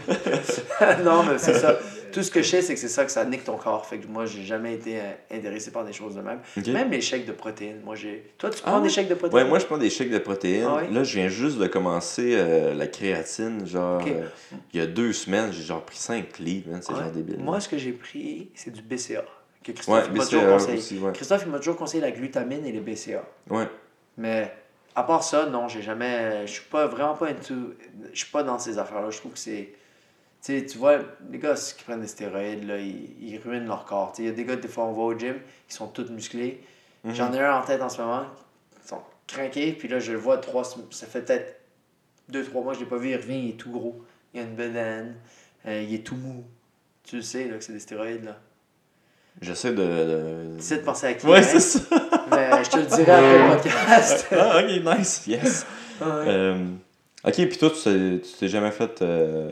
[laughs] non, mais c'est ça. Tout ce que je sais, c'est que c'est ça que ça nique ton corps. Fait que moi, j'ai jamais été euh, intéressé par des choses de même. Ok. Même les chèques de protéines. Moi, j'ai. Toi, tu Ah prends des ouais? chèques de protéines Ouais, moi je prends des shakes de protéines. Ah ouais? Là, je viens juste de commencer euh, la créatine, genre Ok. euh, il y a deux semaines, j'ai genre pris 5 livres, man, c'est Ouais. genre débile. Moi, ce que j'ai pris, c'est du BCA. ouais, Que Christophe il m'a toujours BCA conseillé. aussi, ouais. Christophe, il m'a toujours conseillé la glutamine et les BCA. Ouais. Mais à part ça, non, j'ai jamais. Je suis pas vraiment pas into. Je suis pas dans ces affaires-là. Je trouve que c'est. Tu sais, tu vois, les gars qui prennent des stéroïdes, là, ils, ils ruinent leur corps. Tu sais, Il y a des gars, des fois, on va au gym, ils sont tous musclés. Mhm. J'en ai un en tête en ce moment. Ils sont craqués, puis là, je le vois trois. sem- Ça fait peut-être deux, trois mois que je l'ai pas vu. Il revient, il est tout gros. Il a une banane. euh, il est tout mou. Tu le sais, là, que c'est des stéroïdes, là. J'essaie de, de- Tu sais de penser à qui? Ouais, hein? c'est ça. Mais je te le dirai après le podcast. ah, OK, nice. Yes. Ouais. Euh, OK, puis toi tu t'es- tu t'es jamais fait euh,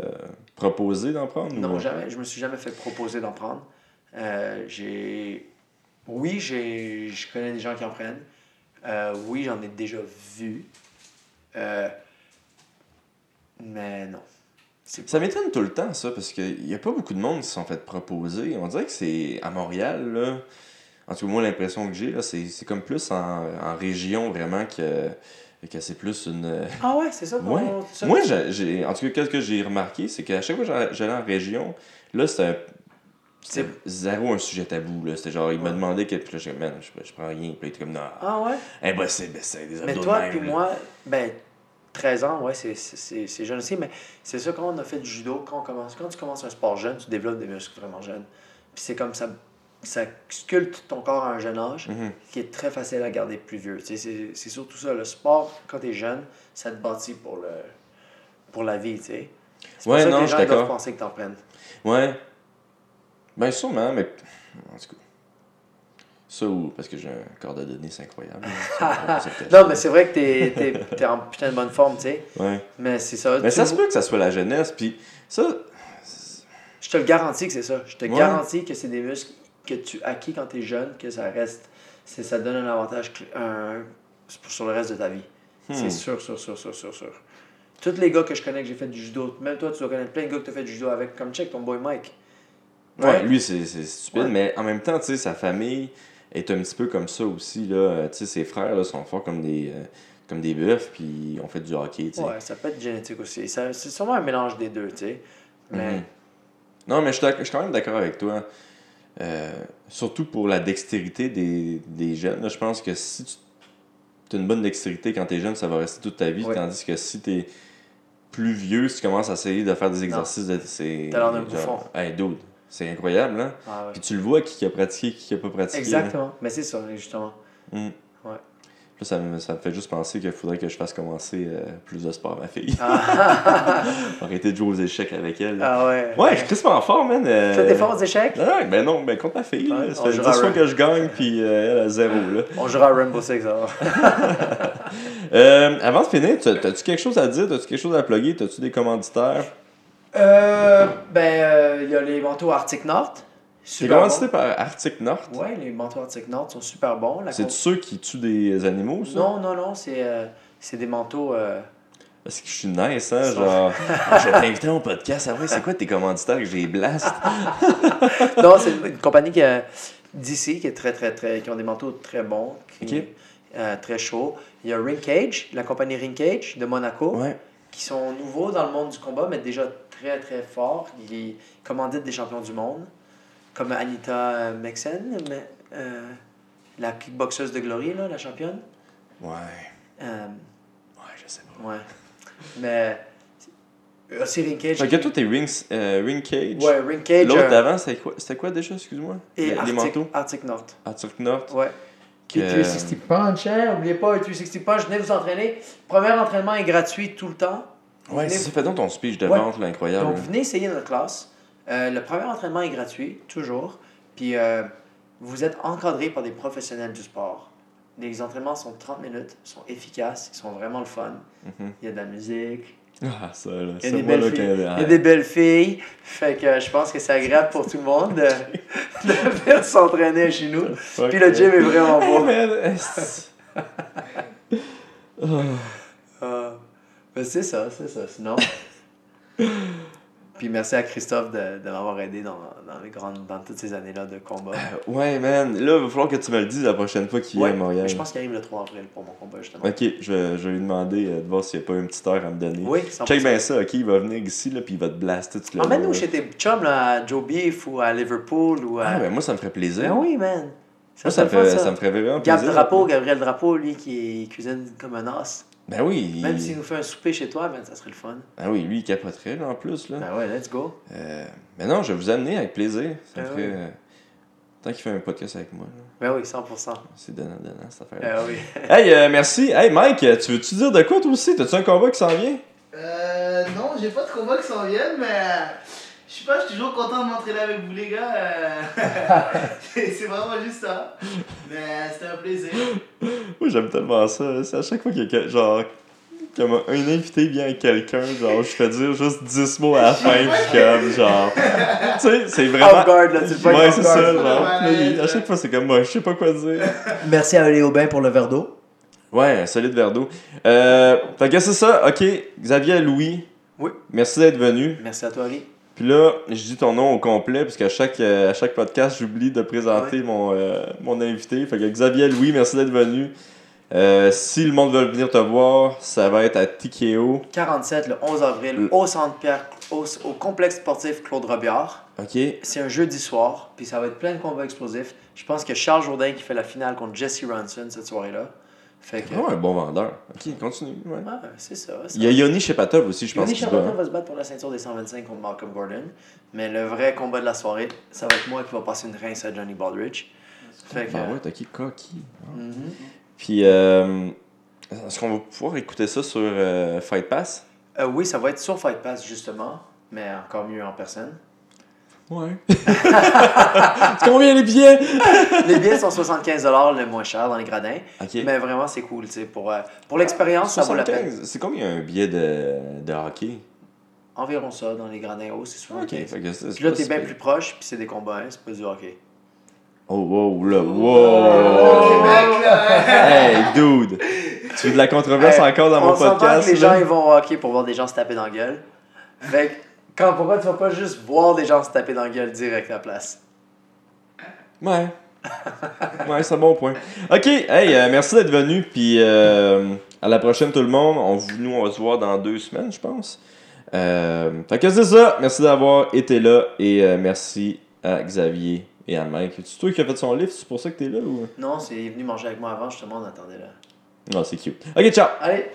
proposer d'en prendre Non, ou euh? jamais. Je me suis jamais fait proposer d'en prendre. Euh, j'ai. Oui, j'ai. Je connais des gens qui en prennent. Euh, oui, j'en ai déjà vu. Euh, Mais non. C'est Ça m'étonne tout le temps, ça, parce qu'il n'y a pas beaucoup de monde qui se sont fait proposer. On dirait que c'est à Montréal, là. En tout cas, moi, l'impression que j'ai, là, c'est c'est comme plus en, en région, vraiment, que, que c'est plus une... Ah ouais, c'est ça. Ouais. ton- ça- Moi, j'ai- j'ai... En tout cas, ce que j'ai remarqué, c'est qu'à chaque fois que j'allais- j'allais en région, là, c'était un- c'était zéro un sujet tabou, là. C'était genre, il m'a Ouais. demandé... Que... Puis là, j'ai dit, man, je, je prends rien. Puis là, il était comme, non, Ah ouais. impossible, ben, c'est des Mais abdos de toi, même, puis là. moi, ben, 13 ans, ouais, c'est- c'est c'est- c'est jeune aussi, mais c'est ça, quand on a fait du judo, quand, on commence, quand tu commences un sport jeune, tu développes des muscles vraiment jeunes. Puis c'est comme ça, ça sculpte ton corps à un jeune âge, Mhm. qui est très facile à garder plus vieux. Tu sais, C'est c'est surtout ça, le sport, quand t'es jeune, ça te bâtit pour, le, pour la vie, tu sais. C'est pour Ouais, ça non, que les je gens suis doivent d'accord. penser que t'en prennes. Ouais. Ben, sûrement, mais. En tout cas. Ça ou. Parce que j'ai un corps de données, c'est [laughs] incroyable. Ça, ça peut- Non, mais c'est vrai que t'es t'es- t'es en putain de bonne forme, tu sais. Ouais. Mais c'est ça. Mais tu ça se vois- peut que ça soit la jeunesse, puis ça. Je te le garantis que c'est ça. Je te Ouais. garantis que c'est des muscles que tu acquis quand tu es jeune, que ça reste. c'est- Ça donne un avantage cl- un- c'est pour- sur le reste de ta vie. Hmm. C'est sûr, sûr, sûr, sûr, sûr, sûr. Tous les gars que je connais que j'ai fait du judo, même toi, tu dois connaître plein de gars que tu as fait du judo avec, comme check ton boy Mike. Ouais, lui, c'est c'est stupide, Ouais. mais en même temps, tu sais, sa famille est un petit peu comme ça aussi, là. Euh, Tu sais, ses frères, là, sont forts comme des. euh, comme des bœufs, puis on fait du hockey, tu sais. Ouais, ça peut être génétique aussi. Ça- C'est sûrement un mélange des deux, tu sais. Mais Mhm. Non, mais je suis d'ac- je suis quand même d'accord avec toi. Euh, surtout pour la dextérité des, des jeunes. là, je pense que si tu as une bonne dextérité quand tu es jeune, ça va rester toute ta vie. Ouais. Tandis que si tu es plus vieux, si tu commences à essayer de faire des exercices de. c'est- T'as l'air d'un genre, bouffon. Hey, dude, c'est incroyable, hein? ah ouais. Puis tu hein. le vois qui qui a pratiqué, qui qui a pas pratiqué. Exactement. Mais c'est ça, justement. hein. Mm. Ouais. Puis Ça me, ça me fait juste penser qu'il faudrait que je fasse commencer euh, plus de sport à ma fille. [laughs] Ah, Arrêter de jouer aux échecs avec elle. là. ah ouais. ouais, je suis crissement fort, man. euh, Tu fais des forts aux échecs? Non, non, ben non, ben contre ma fille. là. Ouais, ça on fait 10 jouera à fois Ru- que je gagne, puis euh, elle a zéro. Là. On jouera à Rainbow Six alors. Euh, avant de finir, tu- t'as-tu quelque chose à dire? T'as-tu quelque chose à plugger? T'as-tu des commanditaires? Euh, ben, euh, il y a les manteaux Arctic North. T'es Super commandité par Arctic North. bons. Ouais, les manteaux Arctic North sont super bons. La C'est comp- ceux qui tuent des animaux, ça? Non, non, non, c'est euh, c'est des manteaux. euh, [laughs] Parce que je suis nice, hein? Ils sont- Genre, [laughs] je vais t'inviter au podcast. Ah ouais, c'est quoi tes commanditaires que j'ai blast? Ah non, c'est une compagnie qui a- d'ici qui est très, très, très. qui ont des manteaux très bons. Qui, Ok. euh, très chauds. Il y a Ring Cage, la compagnie Ring Cage de Monaco, Ouais. qui sont nouveaux dans le monde du combat, mais déjà très, très forts. Ils commanditent des champions du monde, comme Anita Mexen, mais, euh, la kickboxeuse de Glory, là, la championne. Ouais. Euh, Ouais, je sais pas. ouais. Mais. euh, C'est Ring Cage. Fait que toi, t'es Rings, euh, Ring Cage. Ouais, Ring Cage. L'autre euh, d'avant, c'était quoi, c'était quoi déjà, excuse-moi? et les, Euh, les Arctic, manteaux? Arctic North. Arctic North. Ouais. Que- Et 360 Punch, hein? Oubliez pas, 360 Punch, venez vous entraîner. Premier entraînement est gratuit tout le temps. Ouais, c'est ça. Fais donc ton speech de Ouais. vente, là, incroyable. Donc, venez essayer notre classe. Euh, le premier entraînement est gratuit, toujours. Puis, euh, vous êtes encadré par des professionnels du sport. Les entraînements sont 30 minutes, sont efficaces, ils sont vraiment le fun. Mhm. Il y a de la musique, [laughs] Ah, ça, là. il y C'est a, des moi, là, belles, que... ah, filles, il y Ouais. a des belles filles. Fait que euh, je pense que c'est agréable pour tout le monde de, [laughs] de venir s'entraîner chez nous. Fuck, Puis le euh, gym est vraiment beau. [laughs] Hey, man, est-ce- Ah, ben c'est ça, c'est ça, sinon. Puis merci à Christophe de, de m'avoir aidé dans, dans, les grandes, dans toutes ces années-là de combat. Ouais, man. Là, il va falloir que tu me le dises la prochaine fois qu'il Ouais, est Ah, à Montréal. mais je pense qu'il arrive le 3 avril pour mon combat, justement. Ok, je vais, je vais lui demander euh, de voir s'il n'y a pas une petite heure à me donner. Oui, 100%. Check bien ça, ok, il va venir ici, là, puis il va te blaster tout le Emmène-nous long, chez là. tes chums, là, à Joe Beef ou à Liverpool ou à... Ah, ben moi, ça me ferait plaisir. Ben oui, man. Moi, ça me, le fait, fun, ça me ferait vraiment Gab plaisir. Drapeau, Gabriel Drapeau, lui, qui cuisine comme un os. Ben oui. Même il- s'il nous fait un souper chez toi, ben, ça serait le fun. Ah oui, lui, il capoterait, là, en plus, là. Ben ouais, let's go. Euh, mais non, je vais vous amener avec plaisir. Ça me Ah ferait... oui. euh, Tant qu'il fait un podcast avec moi, là. Ben oui, 100%. c'est donnant-donnant, cette affaire-là. Ben oui. Hey, euh, merci. Hey, Mike, euh, tu veux-tu dire de quoi, toi aussi? T'as-tu un combat qui s'en vient? Euh, non, j'ai pas de combats qui s'en viennent, mais euh, je sais pas, je suis toujours content de m'entraîner avec vous les gars. euh, [laughs] c'est c'est vraiment juste ça. Mais euh, c'était un plaisir. Moi, j'aime tellement ça. C'est à chaque fois qu'il y a que- genre, comme un invité vient avec quelqu'un, genre, je fais dire juste 10 mots à la fin, puis comme, genre. Tu sais, c'est vraiment. Off-guard, Ah, là, tu le pognes Ouais, off c'est guard. ça, genre. Là, il- à Ouais. chaque fois, c'est comme moi, je sais pas quoi dire. Merci à Léo Bain pour le verre d'eau. Ouais, un solide verre d'eau. Euh, fait que c'est ça, ok. Xavier Louis. Oui. Merci d'être venu. Merci à toi, Lee. Puis là, je dis ton nom au complet, parce qu'à chaque, euh, à chaque podcast, j'oublie de présenter mon, euh, mon invité. Fait que Xavier Louis, merci d'être venu. Euh, si le monde veut venir te voir, ça va être à TKO. 47, le 11 avril, Mm. au Centre Pierre, au, au complexe sportif Claude Robillard. OK. C'est un jeudi soir, puis ça va être plein de combats explosifs. Je pense que Charles Jourdain qui fait la finale contre Jesse Ronson cette soirée-là. Fait que. Vraiment un bon vendeur. OK, continue. ouais. Ah, c'est ça. ça. Ah Il y a Yoni Shepatov aussi, je pense. Yoni qu'il Charbonneau va. va se battre pour la ceinture des 125 contre Malcolm Gordon. Mais le vrai combat de la soirée, ça va être moi qui va passer une rince à Johnny Baldrige. Fait que. Ah ouais, hein. t'as qui coquille. mhm. Puis, euh, est-ce qu'on va pouvoir écouter ça sur euh, Fight Pass? Euh, oui, ça va être sur Fight Pass justement, mais encore mieux en personne. [laughs] Ouais. [laughs] c'est combien les billets? Les billets sont 75$ le moins cher dans les gradins. OK. Mais vraiment, c'est cool, tu sais, pour, euh, pour l'expérience, ça vaut la peine. 75, C'est combien un billet de, de hockey? Environ ça, dans les gradins hauts, c'est souvent Ok, OK. fait que c'est- c'est Puis là, pas t'es si bien pire. plus proche, puis c'est des combats, hein, c'est pas du hockey. Oh, wow, là, Au wow! Québec, là, hein. ouais. hey, dude! Tu veux de la controverse Hey, encore dans On mon s'entend podcast? que les gens, là? ils vont au hockey pour voir des gens se taper dans la gueule. Fait que, quand, pourquoi tu vas pas juste voir des gens se taper dans la gueule direct à la place? Ouais. ouais, c'est un bon point. Ok, hey, euh, merci d'être venu, puis euh, à la prochaine, tout le monde. On, vous- nous, on va se voir dans deux semaines, je pense. Euh, fait que c'est ça. Merci d'avoir été là, et euh, merci à Xavier et à Mike. C'est toi qui as fait son livre, c'est pour ça que t'es là ou. Non, c'est il est venu manger avec moi avant, justement, on attendait là. Non, c'est cute. Ok, ciao! Allez!